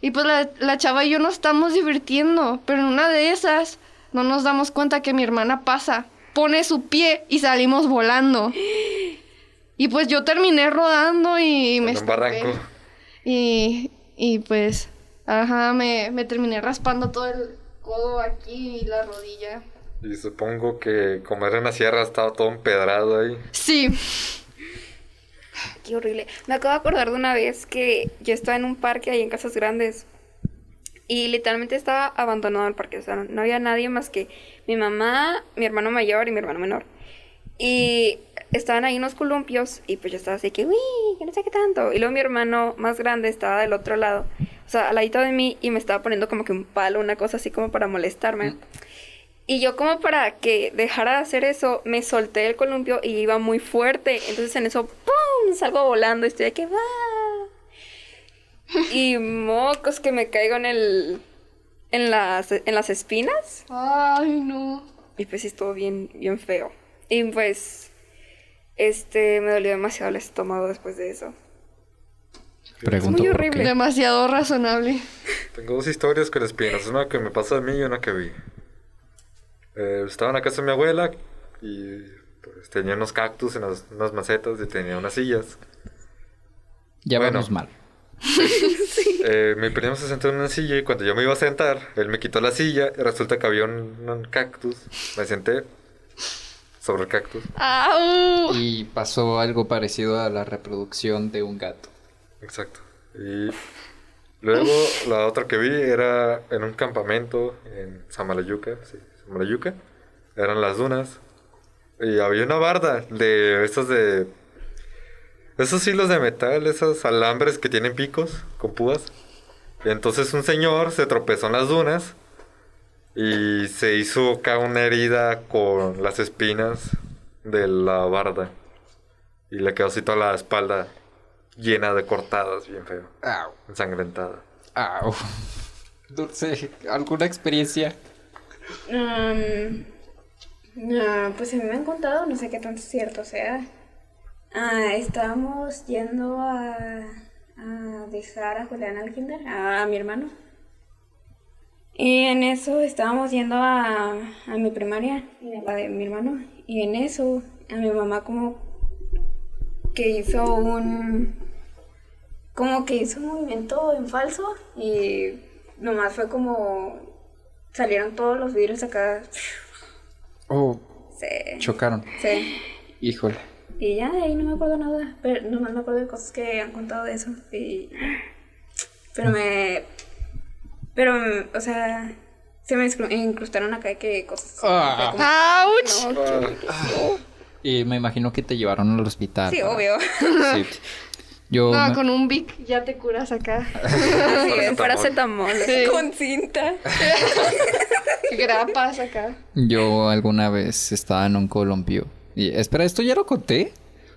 S3: y pues la, la chava y yo nos estamos divirtiendo, pero en una de esas no nos damos cuenta que mi hermana pasa, pone su pie y salimos volando. Y pues yo terminé rodando y me...
S4: en un
S3: estampé.
S4: barranco.
S3: Y, y pues, ajá, me, me terminé raspando todo el codo aquí y la rodilla.
S4: Y supongo que como era una sierra estaba todo empedrado ahí.
S3: Sí,
S2: Qué horrible. Me acabo de acordar de una vez que yo estaba en un parque ahí en Casas Grandes. Y literalmente estaba abandonado el parque. O sea, no había nadie más que mi mamá, mi hermano mayor y mi hermano menor. Y estaban ahí unos columpios y pues yo estaba así que, uy, yo no sé qué tanto. Y luego mi hermano más grande estaba del otro lado. o sea, al ladito de mí y me estaba poniendo como que un palo, una cosa así como para molestarme. Y yo como para que dejara de hacer eso, me solté el columpio y iba muy fuerte. Entonces en eso, ¡pum! Salgo volando y estoy de que va. Y mocos que me caigo en el... En las, en las espinas.
S3: Ay, no.
S2: Y pues sí estuvo bien, bien feo. Y pues, este, me dolió demasiado el estómago después de eso.
S1: Pregunto
S2: muy
S1: por
S2: horrible.
S1: qué.
S3: Demasiado razonable.
S4: Tengo dos historias con espinas, una que me pasó a mí y una que vi. Eh, estaba en la casa de mi abuela y pues, tenía unos cactus en las- unas macetas y tenía unas sillas.
S1: Ya
S4: Bueno.
S1: vamos mal.
S4: Eh, mi primo se sentó en una silla y cuando yo me iba a sentar, él me quitó la silla y resulta que había un, un cactus. Me senté sobre el cactus.
S3: ¡Au!
S1: Y pasó algo parecido a la reproducción de un gato.
S4: Exacto. Y luego la otra que vi era en un campamento en Samalayuca, sí, Samalayuca. Eran las dunas. Y había una barda de esas de... Esos hilos de metal, esos alambres que tienen picos con púas. Y entonces un señor se tropezó en las dunas y se hizo acá una herida con las espinas de la barda. Y le quedó así toda la espalda llena de cortadas, bien feo,
S1: Au,
S4: ensangrentada.
S1: au. Dulce, ¿alguna experiencia?
S6: Mm, no, pues a mí me han contado, no sé qué tan cierto sea. Ah, estábamos yendo a, a dejar a Julián al kinder, a, a mi hermano. Y en eso estábamos yendo a, a mi primaria, la de mi hermano. Y en eso a mi mamá como que hizo un... Como que hizo un movimiento en falso y nomás fue como salieron todos los vidrios acá.
S1: Oh,
S6: Sí,
S1: chocaron.
S6: sí.
S1: Híjole.
S6: Y ya de ahí no me acuerdo nada. Pero nomás me acuerdo de cosas que han contado de eso. Y... Pero me. Pero, mm, o sea, se me incru- incrustaron acá que cosas.
S1: Ah.
S6: fue
S3: ¡Auch!
S6: como, no,
S2: Ah.
S1: Y me imagino que te llevaron al hospital.
S6: sí,
S1: ¿verdad?
S6: obvio.
S1: Sí. Yo
S3: No,
S1: me-
S3: con un Vic ya te curas acá.
S2: Así
S4: Paracetamol.
S2: es, paracetamol.
S3: Sí.
S2: Con cinta.
S3: Grapas acá.
S1: Yo alguna vez estaba en un columpio. Y, espera, ¿esto ya lo conté?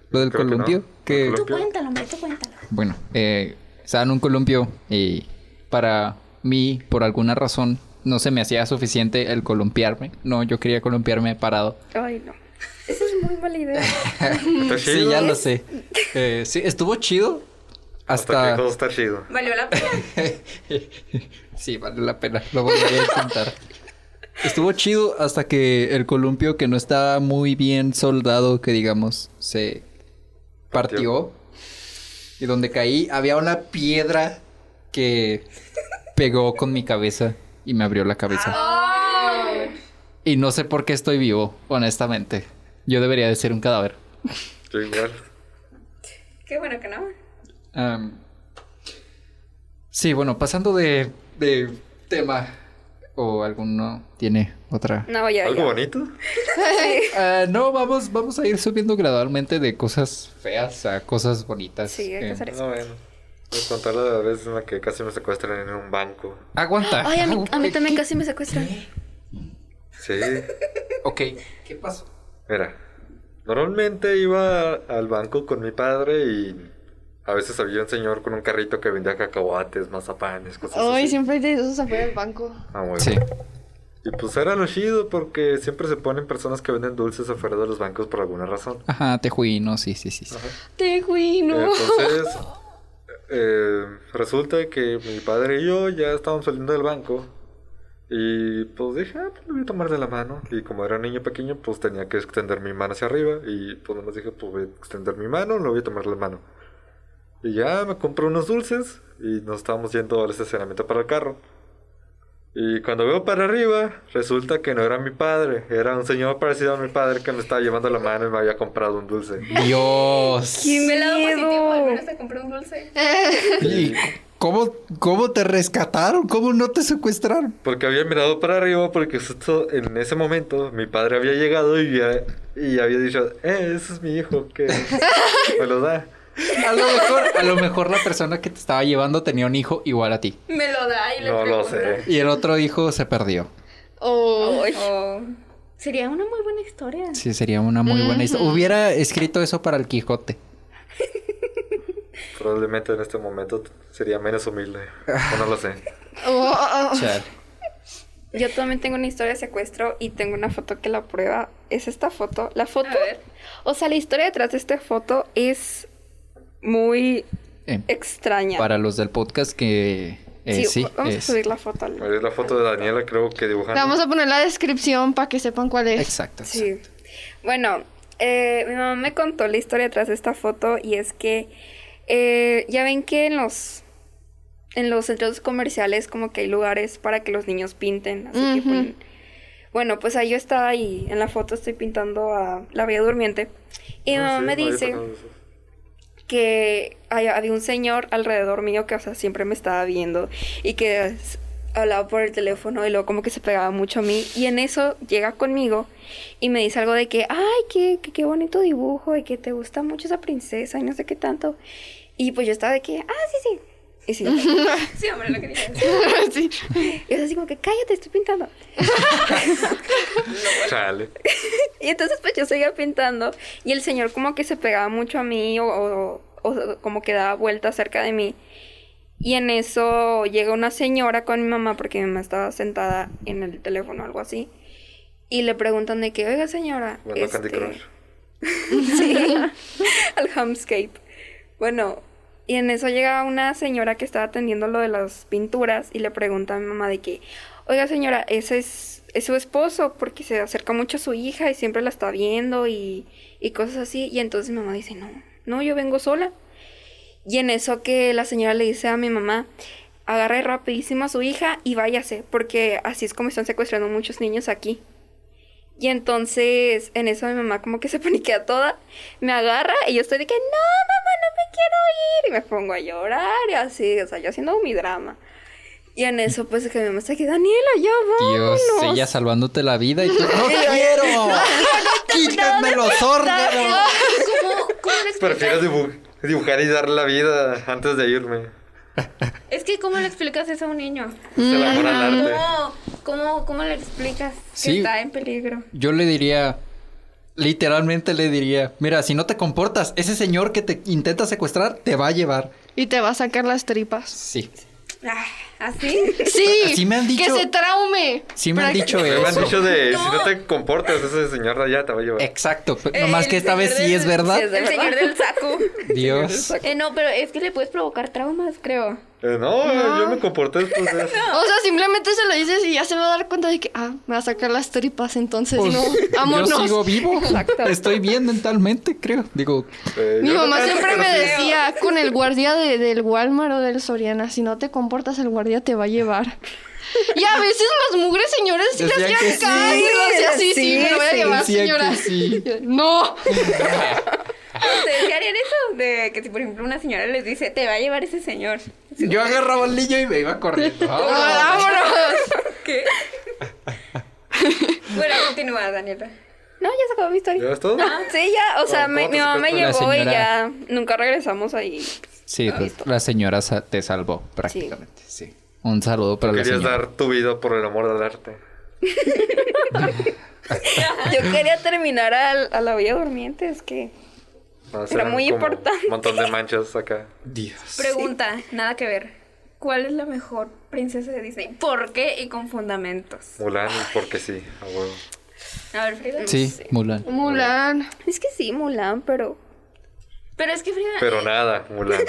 S1: Lo del
S4: Creo que no.
S1: columpio. Que,
S4: Lo del
S6: Tú cuéntalo, hombre, tú cuéntalo.
S1: bueno, eh, estaba en un columpio y para mí, por alguna razón, no se me hacía suficiente el columpiarme. No, yo quería columpiarme parado.
S2: Ay, no. Esa es muy mala idea.
S4: Está
S1: Sí,
S4: chido.
S1: ya lo sé. Eh, sí, estuvo chido.
S4: Hasta que
S1: Hasta...
S4: todo está chido.
S6: Valió la pena.
S1: sí, vale la pena. Lo volvería a intentar. Estuvo chido hasta que el columpio que no estaba muy bien soldado, que digamos, se partió. Y donde caí había una piedra que pegó con mi cabeza y me abrió la cabeza. Y no sé por qué estoy vivo, honestamente. Yo debería de ser un cadáver.
S4: Yo igual.
S6: Qué bueno que no.
S1: Am, sí, bueno, pasando de, de tema. ¿O alguno tiene otra?
S2: No, ya.
S4: ¿Algo
S2: ya.
S4: bonito?
S1: Ah, no, vamos, vamos a ir subiendo gradualmente de cosas feas a cosas bonitas.
S2: Sí, hay que
S1: Eh,
S2: hacer eso.
S4: No, bueno. Voy a contar la vez en la que casi me secuestran en un banco.
S1: Aguanta.
S2: Ay, a mí,
S1: agu-
S4: Ah,
S2: a mí
S1: eh,
S2: también casi me secuestran.
S4: Sí.
S1: Ok, ¿qué pasó?
S4: Mira. Normalmente iba al banco con mi padre y a veces había un señor con un carrito que vendía cacahuates, mazapanes, cosas
S3: Ay,
S4: así.
S3: siempre hay de esos afuera del banco.
S4: Ah, bueno.
S1: Sí,
S4: Y pues era lo chido porque siempre se ponen personas que venden dulces afuera de los bancos por alguna razón.
S1: ajá, te no, sí, sí, sí. sí.
S3: Te juino.
S4: Entonces, eh, resulta que mi padre y yo ya estábamos saliendo del banco. Y pues dije, ah, pues le voy a tomar de la mano. Y como era un niño pequeño, pues tenía que extender mi mano hacia arriba. Y pues nomás dije, pues voy a extender mi mano, le voy a tomar la mano. Y ya me compré unos dulces y nos estábamos yendo al estacionamiento para el carro. Y cuando veo para arriba, resulta que no era mi padre, era un señor parecido a mi padre que me estaba llevando la mano y me había comprado un dulce.
S1: Dios.
S2: ¡Qué
S6: Me lado positivo, al menos
S2: miedo!
S6: te compré un dulce.
S1: Eh. ¿Y cómo, cómo te rescataron? ¿Cómo no te secuestraron?
S4: Porque había mirado para arriba, porque justo en ese momento mi padre había llegado y, ya- y había dicho, eh, ese es mi hijo, que me lo da.
S1: A lo mejor, a lo mejor la persona que te estaba llevando tenía un hijo igual a ti.
S6: Me lo da y le
S4: No lo
S6: pregunta.
S4: sé.
S1: Y el otro hijo se perdió.
S3: O
S2: Ay.
S6: Oh. Sería una muy buena historia.
S1: Sí, sería una muy buena historia. Hubiera escrito eso para el Quijote.
S4: Probablemente en este momento sería menos humilde. O no lo sé.
S3: oh, o-
S1: Chale.
S2: Yo también tengo una historia de secuestro y tengo una foto que la prueba. Es esta foto. La foto.
S6: A ver.
S2: O sea, la historia detrás de esta foto es muy
S1: Eh,
S2: extraña.
S1: para los del podcast que eh, sí,
S2: vamos
S1: es-
S2: a subir la foto. al-
S4: Es la foto de Daniela, creo que dibujando.
S3: vamos a poner la descripción para que sepan cuál es.
S1: Exacto.
S2: Sí. Bueno, eh, mi mamá me contó la historia detrás de esta foto y es que eh, ya ven que en los en los centros comerciales como que hay lugares para que los niños pinten, así que
S3: Ujú.
S2: ponen- Bueno, pues ahí yo estaba y en la foto estoy pintando a la Bella Durmiente y mi
S4: Ah,
S2: mamá me
S4: sí, no había
S2: dice
S4: tocado eso.
S2: que hay- había un señor alrededor mío que, o sea, siempre me estaba viendo y que s- hablaba por el teléfono y luego como que se pegaba mucho a mí. Y en eso llega conmigo y me dice algo de que, ay, qué, qué, qué bonito dibujo y que te gusta mucho esa princesa y no sé qué tanto. Y pues yo estaba de que, ah, sí, sí. Y sí, y
S6: Sí, hombre, lo que dije.
S3: Sí.
S2: es así como que, cállate, estoy pintando.
S4: Chale.
S2: Y entonces pues yo seguía pintando y el señor como que se pegaba mucho a mí o, o- o como que daba vueltas cerca de mí. Y en eso llega una señora con mi mamá porque mi mamá estaba sentada en el teléfono o algo así. Y le preguntan de que, oiga señora,
S4: Bueno, Candy
S2: este,
S4: Crush.
S2: sí, al Hamscape. Bueno, y en eso llega una señora que estaba atendiendo lo de las pinturas y le pregunta a mi mamá de que, oiga señora, ese es, es su esposo porque se acerca mucho a su hija y siempre la está viendo y, y cosas así. Y entonces mi mamá dice, no, no, yo vengo sola. Y en eso que la señora le dice a mi mamá, agarre rapidísimo a su hija y váyase, porque así es como están secuestrando muchos niños aquí. Y entonces en eso mi mamá como que se paniquea toda, me agarra y yo estoy de que no, mamá, no me quiero ir. Y me pongo a llorar y así, o sea, yo haciendo mi drama. Y en eso pues que mi mamá está aquí, Daniela, yo voy.
S1: Dios, ella salvándote la vida y tú. ¡No quiero! ¡Quítame los órganos!
S6: ¿Cómo, cómo le
S4: Prefiero
S6: explicas?
S4: dibu- dibujar y dar la vida antes de irme.
S6: Es que, ¿cómo le explicas eso a un niño?
S4: Es el amor
S2: Mm,
S4: al arte.
S6: ¿Cómo, cómo, cómo le explicas que
S1: Sí.
S6: está en peligro?
S1: Yo le diría. Literalmente le diría: Mira, si no te comportas, ese señor que te intenta secuestrar te va a llevar.
S3: Y te va a sacar las tripas.
S1: Sí.
S6: Ah, ¿Así?
S3: Sí.
S1: Así me han dicho-
S3: Que se traume.
S1: Sí me han
S3: Para-
S1: dicho
S4: Me
S1: eso.
S4: habían dicho de si no te comportas, ese señor de allá te va a llevar.
S1: Exacto. pero
S6: El
S1: Nomás que esta vez
S6: señor
S1: sí es
S6: del-
S1: verdad.
S2: sí es
S6: El señor del saco.
S1: Dios.
S6: Eh, no, pero es que le puedes provocar traumas, creo.
S4: Eh, no, yo me comporté después de eso.
S3: O sea, simplemente se lo dices y ya se va a dar cuenta de que, ah, me va a sacar las tripas, entonces
S1: Pues,
S3: no, vámonos.
S1: yo sigo vivo. Estoy bien mentalmente, creo. Digo,
S4: Eh,
S3: Mi
S4: yo
S3: mamá
S4: no-
S3: siempre me
S4: pero sí,
S3: decía con el guardia de- del Walmart o del Soriana, si no te comportas el guardia te va a llevar. Y a veces las mugres señores sí le
S1: Decían
S3: hacían
S1: que sí.
S3: caso, y decía, sí, sí,
S2: Sí,
S3: me lo voy a
S2: sí.
S3: llevar,
S1: Decían que
S3: señora.
S1: sí.
S3: No,
S6: ¿Ustedes qué harían eso? De que si, por ejemplo, una señora les dice, te va a llevar ese señor.
S1: yo agarraba al niño y me iba corriendo.
S3: Ah. vámonos.
S6: ¿Qué? bueno, continúa, Daniela.
S2: No, ya se acabó mi historia.
S4: ¿Ya es todo?
S2: Sí, ya, o
S1: Ah,
S2: sea,
S4: ¿Cómo
S2: me-
S4: te
S2: mi mamá me
S1: secuestran?
S2: llevó
S1: La
S2: y
S1: señora-
S2: ya nunca regresamos ahí.
S1: Sí, pues, la señora sa- te salvó prácticamente. Sí. Un saludo para la
S4: Querías
S1: señora.
S4: dar tu vida por el amor al arte.
S2: Yo quería terminar al- a la Bella Durmiente, es que
S4: No,
S2: Era
S4: eran
S2: muy
S4: como
S2: importante.
S4: Un montón de manchas acá.
S1: Dios.
S6: Pregunta, nada que ver. ¿Cuál es la mejor princesa de Disney? ¿Por qué y con fundamentos?
S4: Mulan, porque sí, a huevo.
S6: A ver, Frida.
S1: Sí, Mulan.
S3: Mulan.
S2: es que sí, Mulan, pero
S6: Pero es que Frida,
S4: Pero nada, Mulan.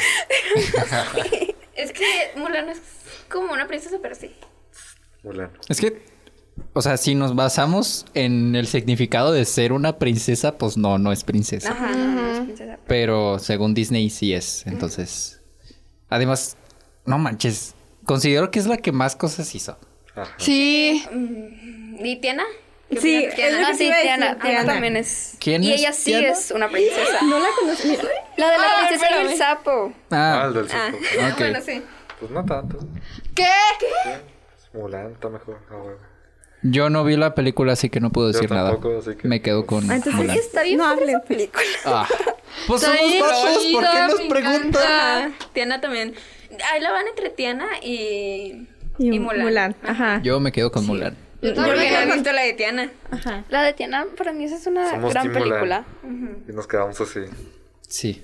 S6: es que Mulan es como una princesa, pero sí.
S4: Mulan.
S1: Es que, o sea, si nos basamos en el significado de ser una princesa, pues no, no es princesa.
S2: ajá, no, no es princesa.
S1: Pero según Disney sí es. Entonces, además, no manches. Considero que es la que más cosas hizo.
S4: Ajá.
S3: Sí,
S6: ¿Y Tiana? ¿Qué
S5: Sí,
S6: opinas de Tiana?
S5: es lo
S2: Ah,
S5: que te
S2: sí,
S5: iba a decir,
S2: Tiana, Tiana
S5: Tiana.
S2: también es.
S1: ¿Quién
S2: y
S1: es
S2: ella sí
S1: Tiana?
S2: es una princesa.
S5: No la conozco. Mira,
S2: La de la
S6: Ah,
S2: princesa y
S6: espérame.
S2: el sapo.
S4: Ah,
S1: Ah,
S4: el del
S6: Ah,
S4: sapo.
S1: ok.
S6: bueno, sí.
S4: Pues no tanto.
S3: ¿qué?
S4: Mulan está mejor, a huevo.
S1: yo no vi la película, así que no puedo
S4: Yo
S1: decir nada.
S4: tampoco, así que-
S1: Me quedo con
S5: Ah, entonces
S1: Mulan.
S5: es-
S2: Está bien
S5: No
S2: padre
S5: hable.
S2: esa película.
S1: Ah, Pues
S3: Está
S1: somos
S3: bien
S1: vatos, ¿por qué
S3: chido,
S1: nos
S3: me
S1: preguntan?
S3: encanta.
S6: Ah, Tiana también. Ahí la van entre Tiana y. Y, Mulan.
S5: Ajá.
S1: Yo me quedo con Mulan.
S3: Yo
S6: Porque
S3: también.
S6: no he visto la de Tiana.
S5: Ajá.
S2: La de Tiana, para mí, esa es una
S4: Somos
S2: gran
S4: Team Mulan.
S2: película.
S4: Y nos quedamos así.
S1: Sí.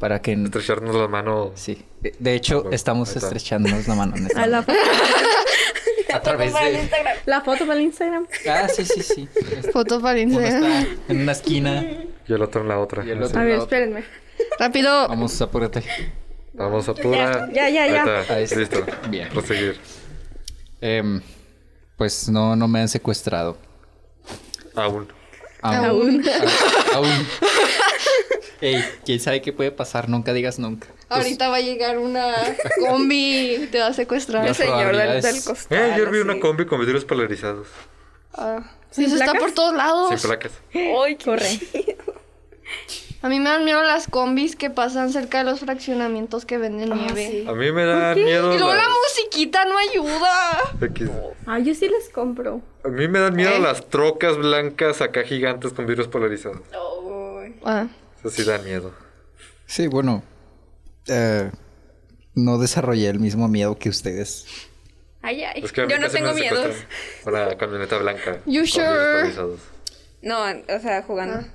S1: Para que. n-
S4: Estrecharnos la mano.
S1: Sí. De, de hecho,
S4: Bueno,
S1: estamos
S4: ahí está.
S1: estrechándonos la mano en este
S5: A Ah, la,
S1: momento. a través
S2: Para el
S1: de.
S2: Instagram.
S5: la foto para el Instagram.
S1: Ah, sí, sí, sí.
S3: Foto para
S1: Uno
S3: Instagram.
S1: está en una esquina.
S4: Y el otro en la otra.
S1: Y el otro.
S5: A ver, espérenme.
S3: Rápido.
S1: Vamos, apúrate.
S4: Vamos a pura.
S5: Ya, ya, ya.
S4: Ahí está.
S1: Ahí está.
S4: Listo.
S1: Bien.
S4: Proseguir.
S1: Em, pues no, no me han secuestrado.
S4: Aún.
S1: Aún.
S5: Aún.
S1: A- Aún. Ey, quién sabe qué puede pasar. Nunca digas nunca. Pues,
S3: Ahorita va a llegar una combi y te va a secuestrar.
S2: El
S1: Las
S2: señor del,
S1: probabilidades.
S2: del costal.
S1: Ah,
S4: Eh, ayer vi
S2: así.
S4: una combi con vidrios polarizados.
S3: Ah,
S5: ¿Sin
S3: eso está
S5: placas?
S3: por todos
S4: Sin
S3: lados.
S4: placas.
S2: Ay, qué
S5: Corre.
S3: A mí me dan miedo las combis que pasan cerca de los fraccionamientos que venden nieve.
S4: A mí me da miedo.
S3: Y luego la
S4: las-
S3: musiquita no ayuda.
S4: Aquí-
S5: Ah, yo sí les compro.
S4: A mí me dan miedo las trocas blancas acá gigantes con vidrios polarizados.
S2: Ay.
S3: Ah,
S4: Eso sí da miedo.
S1: Sí, bueno. eh, no desarrollé el mismo miedo que ustedes.
S6: Ay, ay.
S4: Es que a mí
S6: Yo no
S4: casi me
S6: tengo miedos.
S4: secuestran Una camioneta blanca.
S3: You
S4: con
S3: sure?
S4: vidrios polarizados.
S6: No, o sea, jugando.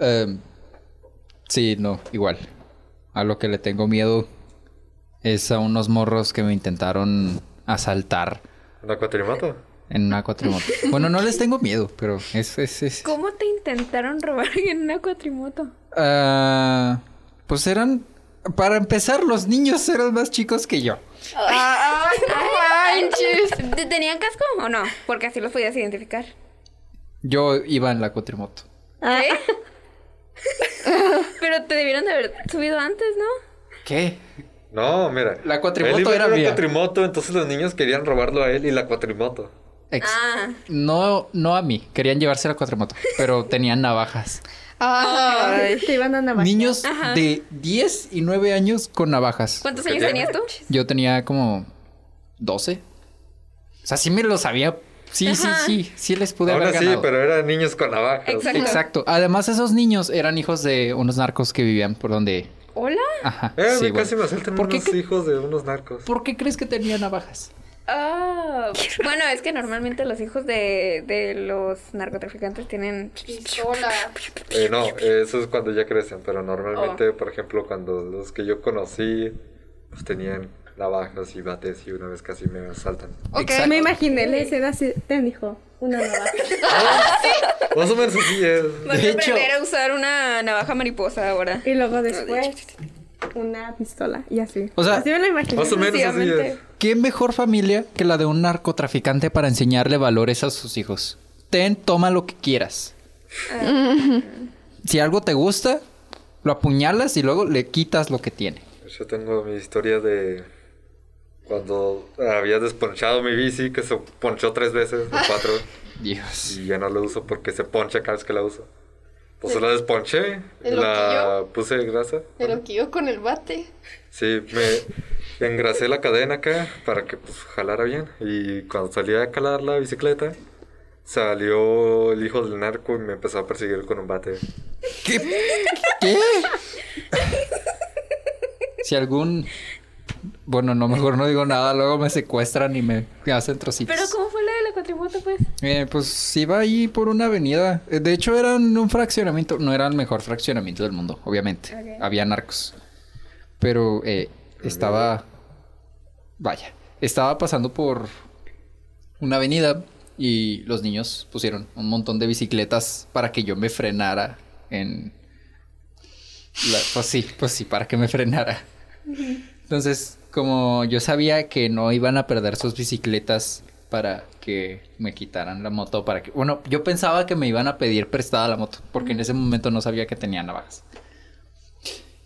S1: Em, sí, no, igual. A lo que le tengo miedo es a unos morros que me intentaron asaltar
S4: ¿Una cuatrimoto?
S1: en una cuatrimoto. bueno, no les tengo miedo, pero es... es, es-
S6: ¿Cómo te intentaron robar en una cuatrimoto?
S1: Ah, pues eran... Para empezar, los niños eran más chicos que yo.
S3: Ah,
S6: Ay, manches. ¿Tenían casco o no? Porque así los podías identificar.
S1: Yo iba en la cuatrimoto.
S6: ¿Eh? Pero te debieron de haber subido antes, ¿no?
S1: ¿Qué?
S4: No, mira.
S1: La cuatrimoto
S4: él iba
S1: era
S4: en una
S1: mía.
S4: cuatrimoto, entonces los niños querían robarlo a él y la cuatrimoto.
S1: Ex-
S6: Ah.
S1: No, no a mí. Querían llevarse la cuatrimoto, pero tenían navajas.
S3: ah,
S5: Te iban a navajear.
S1: Niños de 10 y 9 años con navajas.
S6: ¿Cuántos
S4: ¿Qué
S6: años
S4: tiene?
S6: tenías tú?
S1: Yo tenía como 12. O sea, sí me lo sabía. Sí, sí, sí. Sí les pude
S4: Aún
S1: haber
S4: así,
S1: ganado.
S4: pero eran niños con navajas.
S6: Exacto.
S1: Exacto. Además, esos niños eran hijos de unos narcos que vivían por donde.
S6: ¿Hola?
S1: Ajá.
S4: Eh,
S1: sí,
S4: a mí casi
S1: bueno.
S4: me asaltan
S1: ¿Por qué
S4: unos
S1: cre-
S4: hijos de unos narcos.
S1: ¿Por qué crees que tenía navajas?
S6: Ah. Bueno, es que normalmente los hijos de, de los narcotraficantes tienen...
S3: pistola.
S4: Eh, no, eh, eso es cuando ya crecen, pero normalmente, por ejemplo, cuando los que yo conocí, pues tenían navajas y bates y una vez casi me asaltan.
S3: Ok,
S1: Exacto.
S5: Me imaginé la escena así. Te dijo una navaja.
S4: Más o menos así es.
S6: Voy
S1: De
S6: a
S1: hecho-
S6: aprender a usar una navaja mariposa ahora.
S5: Y luego después una pistola y así.
S1: O sea,
S5: así me lo imaginé.
S4: Más o menos así es.
S6: Efectivamente.
S1: ¿Qué mejor familia que la de un narcotraficante para enseñarle valores a sus hijos? Ten, toma lo que quieras. Si algo te gusta, lo apuñalas y luego le quitas lo que tiene.
S4: Yo tengo mi historia de cuando había desponchado mi bici, que se ponchó tres veces o cuatro,
S1: Dios.
S4: y ya no la uso porque se poncha cada vez que la uso. Pues la desponché,
S3: ¿El
S4: la puse grasa.
S3: Pero que yo con el bate.
S4: Sí, me engrasé la cadena acá para que pues jalara bien. Y cuando salía a calar la bicicleta, salió el hijo del narco y me empezó a perseguir con un bate.
S1: ¿Qué? Si algún... Bueno, no, mejor no digo nada, luego me secuestran y me hacen trocitos.
S6: Pero ¿cómo fue la de la cuatrimoto, pues?
S1: Eh, pues iba ahí por una avenida. Eh, De hecho, eran un fraccionamiento. No era el mejor fraccionamiento del mundo, obviamente. Había narcos. Pero eh, estaba. Vaya. Estaba pasando por una avenida y los niños pusieron un montón de bicicletas para que yo me frenara en. la- Pues sí, pues sí, para que me frenara. Entonces, como yo sabía que no iban a perder sus bicicletas para que me quitaran la moto, para que... Bueno, yo pensaba que me iban a pedir prestada la moto, porque en ese momento no sabía que tenía navajas.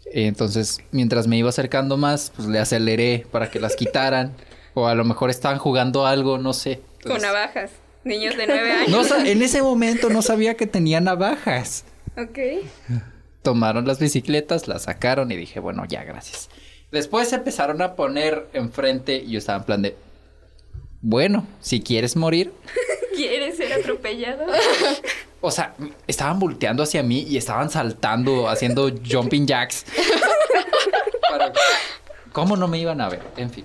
S1: Entonces, mientras me iba acercando más, pues le aceleré para que las quitaran. O a lo mejor estaban jugando algo, no sé.
S6: Con
S1: Entonces,
S6: navajas. Niños de nueve años.
S1: no sa- en ese momento no sabía que tenía navajas
S6: Ok.
S1: tomaron las bicicletas, las sacaron y dije, bueno, ya, gracias. Después se empezaron a poner enfrente y yo estaba en plan de, bueno, si quieres morir,
S6: ¿Quieres ser atropellado?
S1: O sea, estaban volteando hacia mí y estaban saltando, haciendo jumping jacks. Para- ¿Cómo no me iban a ver? En fin.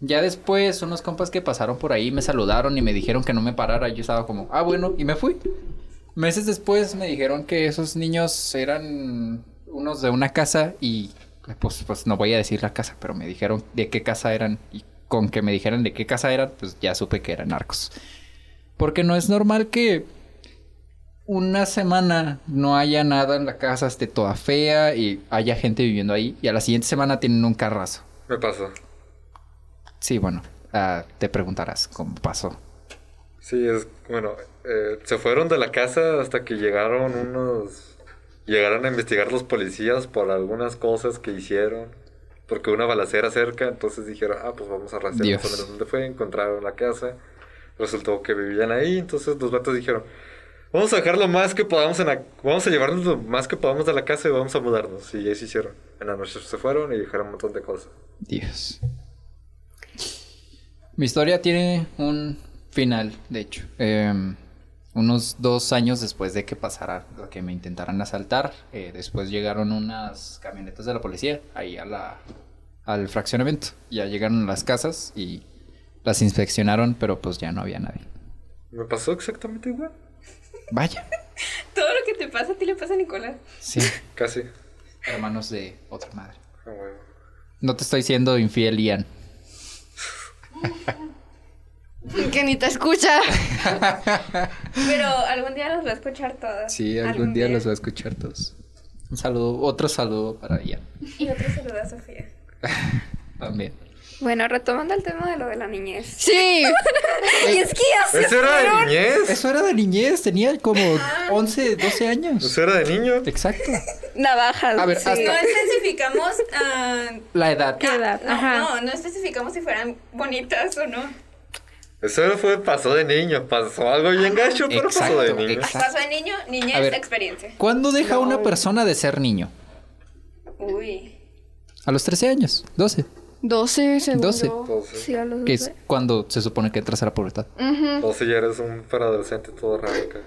S1: Ya después, unos compas que pasaron por ahí me saludaron y me dijeron que no me parara. Yo estaba como, ah, bueno, y me fui. Meses después me dijeron que esos niños eran unos de una casa y pues, pues no voy a decir la casa, pero me dijeron de qué casa eran y con que me dijeran de qué casa eran, pues ya supe que eran narcos. Porque no es normal que una semana no haya nada en la casa, esté toda fea y haya gente viviendo ahí y a la siguiente semana tienen un carrazo.
S4: Me pasó.
S1: Sí, bueno, ah, te preguntarás cómo pasó.
S4: Sí, es bueno. eh, se fueron de la casa hasta que llegaron unos. Llegaron a investigar los policías por algunas cosas que hicieron. Porque una balacera cerca, entonces dijeron, ah, pues vamos a rastrear
S1: Dios.
S4: más o menos dónde fue. Encontraron la casa. Resultó que vivían ahí, entonces los vatos dijeron, vamos a dejar lo más que podamos en la- Vamos a llevarnos lo más que podamos de la casa y vamos a mudarnos. Y eso hicieron. En la noche se fueron y dejaron un montón de cosas.
S1: Dios. Mi historia tiene un final, de hecho. Em, unos dos años después de que pasara, de que me intentaran asaltar, eh, después llegaron unas camionetas de la policía ahí a la, al fraccionamiento. Ya llegaron a las casas y las inspeccionaron, pero pues ya no había nadie.
S4: Me pasó exactamente igual.
S1: Vaya.
S6: Todo lo que te pasa a ti le pasa a Nicolás.
S1: Sí,
S4: Casi.
S1: hermanos de otra madre.
S4: Ah, bueno.
S1: No te estoy siendo infiel, Ian.
S3: Que ni te escucha.
S6: Pero algún día los va a escuchar todas.
S1: Sí, algún, día, los va a escuchar todos. Un saludo, otro saludo para Ian
S6: Y otro saludo a Sofía.
S1: también.
S2: Bueno, retomando el tema de lo de la niñez.
S3: Sí.
S2: Y es que ya se
S4: ¿Eso era de
S2: fueron.
S4: niñez?
S1: Eso era de niñez, tenía como
S6: Ah.
S1: 11, 12 años.
S4: ¿Eso Pues era de niño?
S1: Exacto.
S2: Navajas.
S1: A ver,
S2: sí.
S1: hasta-
S6: No especificamos. ah,
S1: La edad.
S5: ¿Qué edad?
S6: No,
S5: Ajá.
S6: no, no especificamos si fueran bonitas o no.
S4: Eso no fue, pasó de niño, pasó algo bien gacho, pero pasó de
S1: Exacto,
S4: niño.
S1: exacto.
S6: Paso de niño, niñez,
S1: Ah. A ver.
S6: experiencia.
S1: ¿Cuándo deja una persona de ser niño?
S6: Uy.
S1: A los 13 años, 12,
S3: 12, según
S1: 12.
S3: yo.
S4: Entonces,
S2: Sí, a los
S1: que
S2: doce.
S1: es cuando se supone que entras a la pubertad.
S4: entonces ya eres un adolescente todo raro. acá.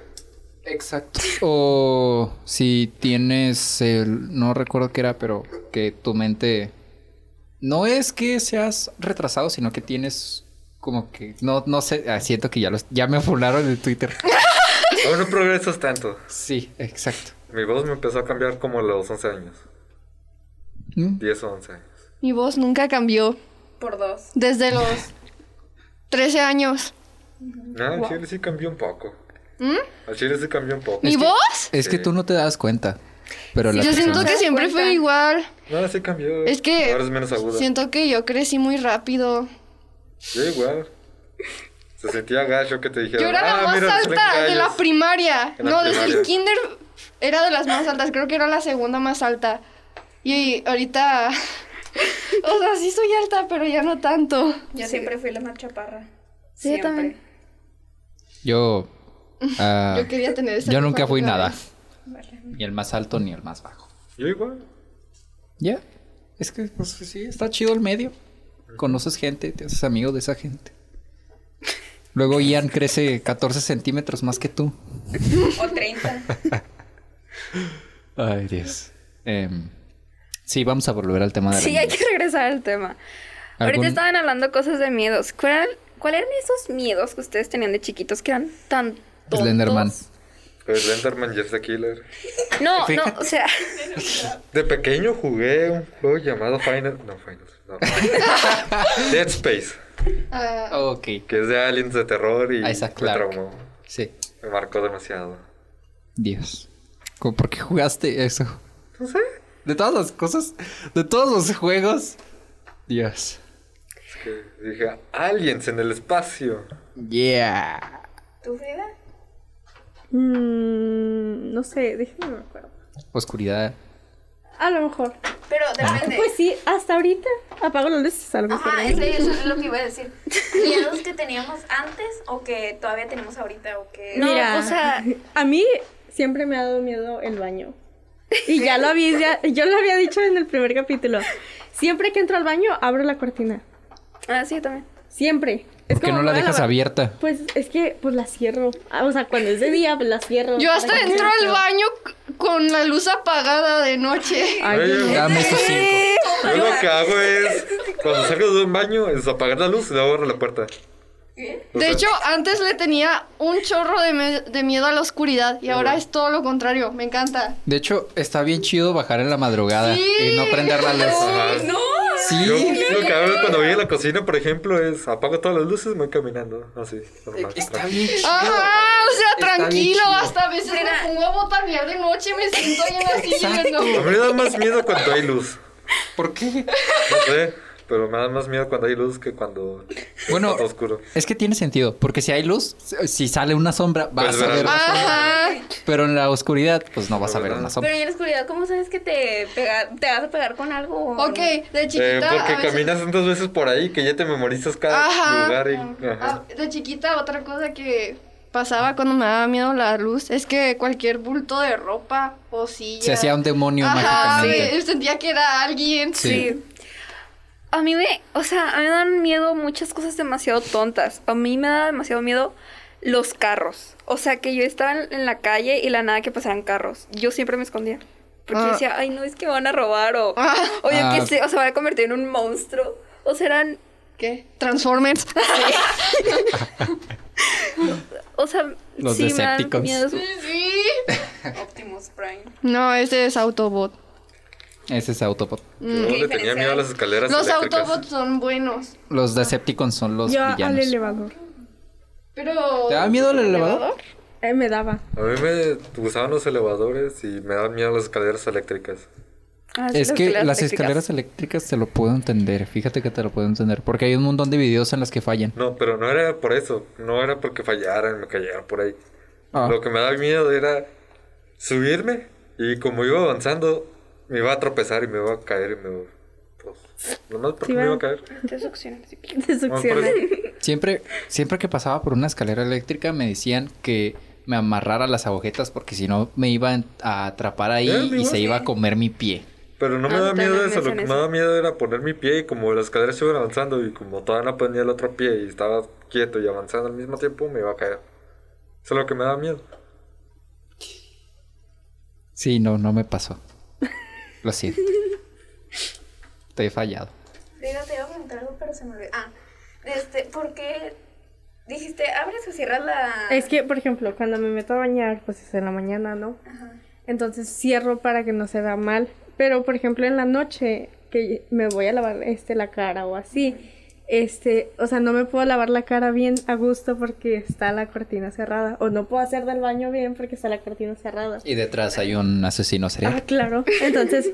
S1: Exacto. O si tienes el- no recuerdo qué era, pero que tu mente no es que seas retrasado, sino que tienes como que no no sé, ah, siento que ya los ya me fularon en Twitter.
S4: Aún no progresas tanto.
S1: Sí, exacto.
S4: Mi voz me empezó a cambiar como a los 11 años,
S1: Mm.
S4: 10 o 11 años.
S3: Mi voz nunca cambió.
S6: Por dos.
S3: Desde los 13 años.
S4: No, al chile sí cambió un poco. Al chile sí cambió un poco.
S3: ¿Mm? ¿Mi voz?
S1: Es que
S4: Sí.
S1: tú no te das cuenta. Pero la
S3: Yo siento
S1: persona-
S3: que siempre fue igual.
S4: No, sí cambió.
S3: Es que
S4: Ahora es menos aguda.
S3: siento que yo crecí muy rápido.
S4: Yo igual. Se sentía gacho que te dijeron.
S3: Yo era la
S4: "Ah,
S3: más
S4: mira, salen
S3: alta de la
S4: gallos".
S3: primaria.
S4: En la
S3: no, desde el
S4: primaria.
S3: kinder era de las más altas. Creo que era la segunda más alta. Y ahorita... O sea, sí soy alta, pero ya no tanto.
S6: Yo siempre fui la más chaparra.
S2: Sí, yo también.
S1: Yo ah,
S3: Yo quería tener esa
S1: yo nunca fui
S3: capacidad.
S1: nada. Ni el más alto ni el más bajo.
S4: Yo igual.
S1: Ya. Es que pues, sí, está chido el medio. Conoces gente, te haces amigo de esa gente. Luego Ian crece 14 centímetros más que tú.
S6: O 30.
S1: Ay, Dios. Em, sí, vamos a volver al tema de la
S2: Sí, hay
S1: niñez.
S2: que regresar al tema.
S1: ¿Algún-
S2: Ahorita estaban hablando cosas de miedos. ¿Cuál, eran- cuál eran esos miedos que ustedes tenían de chiquitos que eran tan tontos?
S1: Slenderman.
S4: El Slenderman Pues Jeff the Killer.
S2: No, no,
S1: Fíjate.
S2: o sea,
S4: De pequeño jugué un juego llamado Final. No, Final. No. Dead Space,
S3: Ah,
S1: Ok.
S4: que es de aliens de terror y
S1: Ah, esa
S4: me
S1: Clark.
S4: traumó.
S1: Sí.
S4: Me marcó demasiado.
S1: Dios. ¿Cómo- ¿Por qué jugaste eso?
S4: No sé.
S1: De todas las cosas, de todos los juegos. Dios.
S4: Es que dije, aliens en el espacio.
S1: Yeah.
S6: ¿Tú, Frida?
S5: Mm, no sé, déjenme me acuerdo.
S1: Oscuridad.
S5: A lo mejor.
S6: Pero depende.
S5: Pues sí, hasta ahorita apago las luces a lo mejor.
S6: Ajá,
S5: ¿eh?
S6: eso, eso es lo que iba a decir. Miedos que teníamos antes o que todavía tenemos ahorita o que...
S2: No,
S5: Mira,
S2: o sea-
S5: a mí siempre me ha dado miedo el baño. Y ya lo había, ya- yo lo había dicho en el primer capítulo. Siempre que entro al baño, abro la cortina.
S2: ah, sí, yo también.
S5: Siempre. Es
S1: ¿Por qué
S5: como,
S1: no la
S5: voy a
S1: dejas
S5: lavar.
S1: abierta?
S5: Pues es que pues la cierro. Ah, O sea, cuando es de día, pues la cierro.
S3: Yo hasta
S5: Para que no
S3: entro
S5: se
S3: al
S5: vea.
S3: baño c- con la luz apagada de noche.
S5: Ay,
S4: Oye,
S5: no.
S1: Dame esos cinco.
S4: Yo lo que hago es, cuando salgo de un baño, es apagar la luz y luego abro la puerta. O
S3: De
S4: sea,
S3: hecho, antes le tenía un chorro de, me- de miedo a la oscuridad y ahora
S4: bueno.
S3: es todo lo contrario. Me encanta.
S1: De hecho, está bien chido bajar en la madrugada
S3: Sí.
S1: y no prender la luz.
S4: pues, ajá.
S1: Sí.
S4: Yo lo que hago cuando voy a la cocina, por ejemplo, es apago todas las luces y me voy caminando. Así, normal.
S1: bien chido.
S3: Ajá, o sea,
S1: Está bien
S3: tranquilo,
S1: chido.
S3: hasta a veces me pongo a botanear de noche, me siento ahí en la silla y
S1: Exacto.
S4: A
S3: no.
S4: mí me da más miedo cuando hay luz.
S1: ¿Por qué?
S4: No sé, pero me da más miedo cuando hay luz que cuando
S1: Bueno,
S4: está todo oscuro.
S1: Es que tiene sentido, porque si hay luz, si sale una sombra, vas
S4: Pues
S1: a ver
S4: verás.
S1: una sombra.
S3: Ajá.
S1: Pero en la oscuridad, pues no vas a ver una sombra.
S6: Pero y en la oscuridad, ¿cómo sabes que te, pega- te vas a pegar con algo?
S3: Ok, de
S4: Eh,
S3: chiquita.
S4: porque
S3: a veces-
S4: caminas tantas veces por ahí que ya te memorizas cada
S3: Ajá.
S4: lugar. Y,
S3: Ah,
S4: ajá.
S3: de chiquita, otra cosa que pasaba cuando me daba miedo la luz es que cualquier bulto de ropa o silla.
S1: Se hacía un demonio
S3: Ajá,
S1: mágicamente.
S3: me- sentía que era alguien.
S1: Sí.
S2: A mí me, o sea, a mí me dan miedo muchas cosas demasiado tontas. A mí me da demasiado miedo los carros. O sea, que yo estaba en, en la calle y la nada que pasaran carros. Yo siempre me escondía. Porque
S3: Ah.
S2: decía, ay, no, es que me van a robar o, o yo
S1: Ah.
S2: qué sé, o se va a convertir en un monstruo. O serán,
S3: ¿Qué? Transformers.
S2: o sea,
S1: Los
S2: sí me dan
S1: Decepticons.
S2: miedo.
S3: sí.
S6: Optimus Prime.
S3: No, ese es Autobot.
S1: Ese es Autobot.
S3: mm,
S4: Yo le tenía miedo a las escaleras
S3: Los
S4: eléctricas.
S3: Autobots son buenos.
S1: Los Decepticons son los
S5: Ah. Yo al
S1: villanos.
S5: elevador.
S3: Pero.
S1: ¿Te da miedo el elevador?
S5: Eh, me daba.
S4: A mí me gustaban los elevadores y me daban miedo las escaleras eléctricas.
S2: Ah, sí,
S1: Es que las
S2: eléctricas.
S1: escaleras eléctricas te lo puedo entender. Fíjate que te lo puedo entender. Porque hay un montón de videos en las que fallan.
S4: No, pero no era por eso. No era porque fallaran, me cayeran por ahí.
S1: Ah.
S4: Lo que me daba miedo era subirme y como iba avanzando, me iba a tropezar y me iba a caer y me iba pues, nomás porque
S5: Sí,
S4: me iba a
S5: va.
S4: caer.
S2: Te succionan, así.
S5: Te
S4: Nomás por
S1: pues,
S5: succiona.
S4: eso.
S1: Siempre, siempre que pasaba por una escalera eléctrica me decían que me amarrara las agujetas porque si no me iban a atrapar ahí
S4: Eh, mi
S1: y se
S4: voz.
S1: iba a comer mi pie.
S4: Pero no me
S2: Ah,
S4: daba
S2: no, no
S4: miedo
S2: me
S4: eso, lo que me
S2: menciones.
S4: daba miedo era poner mi pie y como las escaleras iban avanzando y como todavía no ponía el otro pie y estaba quieto y avanzando al mismo tiempo, me iba a caer. Eso es lo que me daba miedo.
S1: Sí, no, no me pasó. Lo siento. Te he fallado.
S6: Digo, te iba a preguntar algo, pero se me olvidó. Ah, este, ¿por qué dijiste abres o cierras la.
S5: Es que, por ejemplo, cuando me meto a bañar, pues es en la mañana, ¿no? Entonces cierro para que no se vea mal. Pero, por ejemplo, en la noche, que me voy a lavar este, la cara o así, este, o sea, no me puedo lavar la cara bien a gusto porque está la cortina cerrada. O no puedo hacer del baño bien porque está la cortina cerrada.
S1: Y detrás hay un asesino serial.
S5: Ah, claro. Entonces,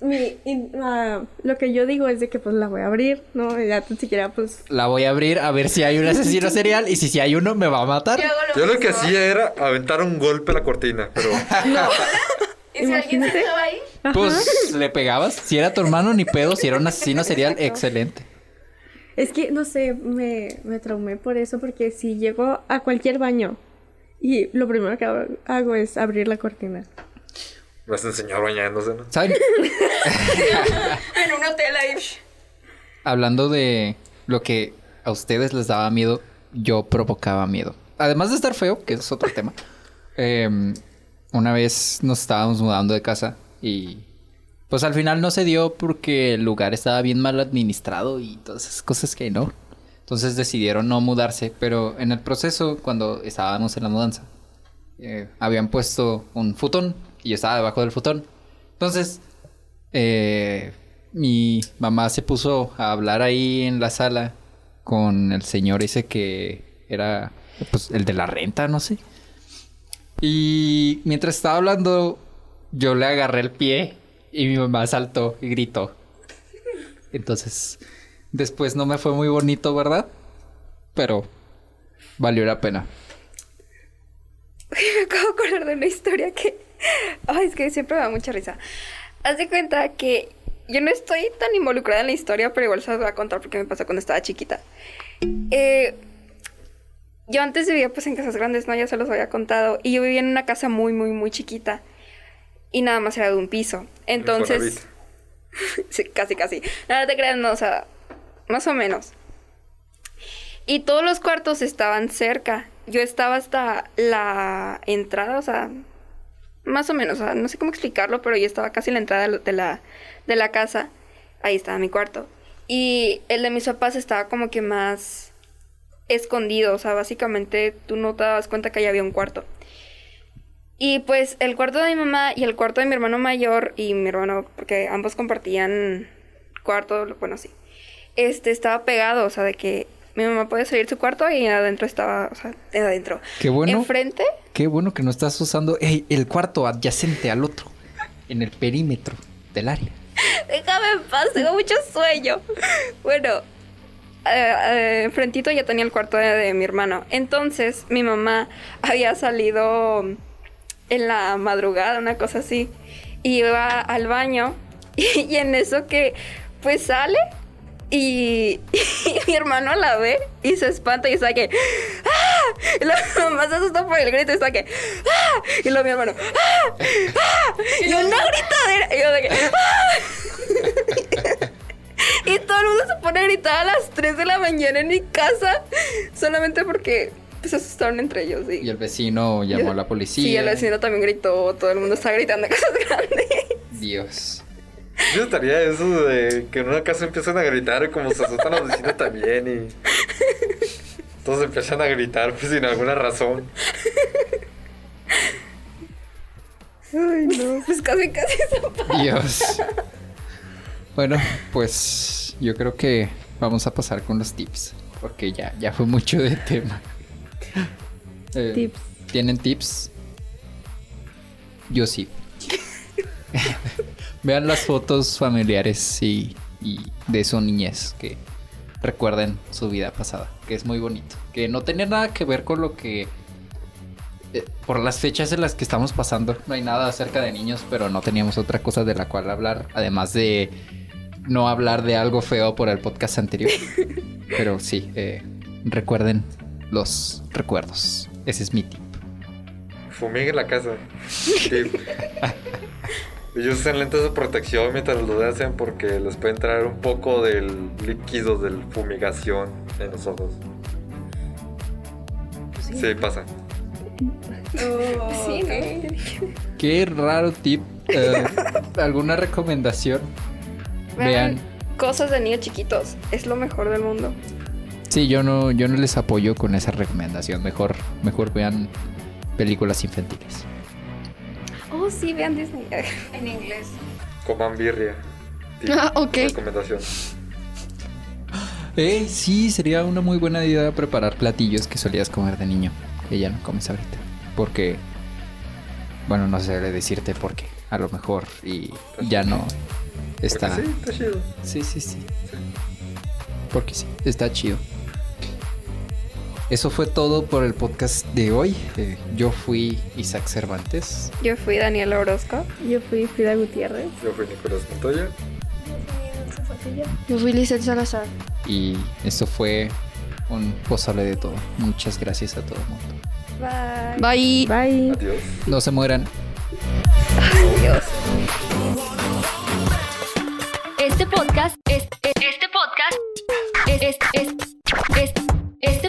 S5: mi, in- ah, lo que yo digo es de que pues la voy a abrir, ¿no? Y Ya ni siquiera pues...
S1: La voy a abrir a ver si hay un asesino serial y si, si hay uno me va a matar.
S6: Yo hago lo
S4: Yo lo que
S6: mismo.
S4: hacía era aventar un golpe a la cortina, pero
S6: ¿Y si alguien se
S5: Imagínate.
S6: estaba ahí?
S1: Pues le pegabas. Si era tu hermano ni pedo, si era un asesino serial, excelente.
S5: Es que, no sé, me, me traumé por eso, porque si llego a cualquier baño y lo primero que hago- hago es abrir la cortina.
S4: me has enseñado bañándose, ¿no?
S1: ¿Saben?
S6: En un hotel ahí.
S1: Hablando de lo que a ustedes les daba miedo, yo provocaba miedo. Además de estar feo, que es otro tema. em, una vez nos estábamos mudando de casa y pues al final no se dio porque el lugar estaba bien mal administrado y todas esas cosas que no. Entonces decidieron no mudarse, pero en el proceso, cuando estábamos en la mudanza, eh, habían puesto un futón y yo estaba debajo del futón. Entonces, eh, mi mamá se puso a hablar ahí en la sala con el señor ese que era pues, el de la renta, no sé. Y mientras estaba hablando, yo le agarré el pie y mi mamá saltó y gritó. Entonces, después no me fue muy bonito, ¿verdad? Pero valió la pena.
S2: me acabo de acordar de una historia que. Ay, es que siempre me da mucha risa. Haz de cuenta que yo no estoy tan involucrada en la historia, pero igual se las voy a contar porque me pasó cuando estaba chiquita. Eh, yo antes vivía pues en casas grandes, ¿no? Ya se los había contado. Y yo vivía en una casa muy, muy, muy chiquita. Y nada más era de un piso. Entonces.
S4: Infonavit.
S2: Sí, casi, casi. No, no te creas, no, o sea, más o menos. Y todos los cuartos estaban cerca. Yo estaba hasta la entrada, o sea, más o menos, o sea, no sé cómo explicarlo, pero yo estaba casi en la entrada de la, de la casa. Ahí estaba mi cuarto. Y el de mis papás estaba como que más escondido, o sea, básicamente tú no te dabas cuenta que ahí había un cuarto. Y pues el cuarto de mi mamá y el cuarto de mi hermano mayor y mi hermano, porque ambos compartían cuarto, bueno, sí. Este estaba pegado, o sea, de que mi mamá puede salir de su cuarto y adentro estaba, o sea, adentro.
S1: Qué bueno.
S2: Enfrente,
S1: Qué bueno que no estás usando ey, el cuarto adyacente al otro, en el perímetro del área.
S2: déjame en paz, tengo mucho sueño. Bueno, eh, eh, enfrentito ya tenía el cuarto de, de mi hermano. Entonces, mi mamá había salido en la madrugada, una cosa así, y iba al baño, y, en eso que, pues sale. Y, y mi hermano la ve y se espanta y está que ¡Ah! Y la mamá se asustó por el grito y está que ¡Ah! Y luego mi hermano ¡Ah! ¡Ah! Y yo, no gritadera. Y yo de que ¡Ah! Y todo el mundo se pone a gritar a las 3 de la mañana en mi casa solamente porque pues, se asustaron entre ellos. Y,
S1: Y el vecino llamó a la policía.
S2: Sí, el vecino también gritó, todo el mundo está gritando cosas grandes.
S1: Dios.
S4: Yo estaría eso de que en una casa empiezan a gritar y como se asustan los vecinos también y... Todos empiezan a gritar pues sin alguna razón.
S2: Ay, no. Pues casi, casi se pasa.
S1: Dios. Bueno, pues yo creo que vamos a pasar con los tips. Porque ya, ya fue mucho de tema. Eh,
S5: Tips.
S1: ¿Tienen tips? Yo sí. Vean las fotos familiares y, y de su niñez que recuerden su vida pasada, que es muy bonito. Que no tiene nada que ver con lo que eh, por las fechas en las que estamos pasando. No hay nada acerca de niños, pero no teníamos otra cosa de la cual hablar, además de no hablar de algo feo por el podcast anterior. Pero sí, eh, recuerden los recuerdos. Ese es mi tip.
S4: Fumiguen la casa. Sí. Ellos usan lentes de protección mientras lo hacen porque les puede entrar un poco del líquido del fumigación en los ojos. Sí, pasa.
S6: Sí, ¿no?
S1: Qué raro tip. Eh, ¿Alguna recomendación? Vean.
S2: Cosas de niños chiquitos. Es lo mejor del mundo.
S1: Sí, yo no, yo no les apoyo con esa recomendación. Mejor, mejor vean películas infantiles.
S2: Oh, sí, vean Disney.
S6: En inglés.
S4: Coman birria. Tip,
S3: Ah, ok.
S4: Recomendación.
S1: Eh, sí, sería una muy buena idea preparar platillos que solías comer de niño, que ya no comes ahorita. Porque, bueno, no sé decirte por qué, a lo mejor, y ya no
S4: Porque
S1: está...
S4: Sí, está chido.
S1: Sí, sí, sí. Porque sí, está chido. Eso fue todo por el podcast de hoy. Eh, yo fui Isaac Cervantes.
S2: Yo fui Daniel Orozco.
S5: Yo fui Frida Gutiérrez.
S4: Yo fui Nicolás Montoya.
S3: Yo fui Lizeth Salazar.
S1: Y esto fue un posable de todo. Muchas gracias a todo el mundo.
S3: Bye.
S5: Bye.
S4: Adiós.
S1: No se mueran.
S7: Este podcast es, es- este podcast es, es- es- es- este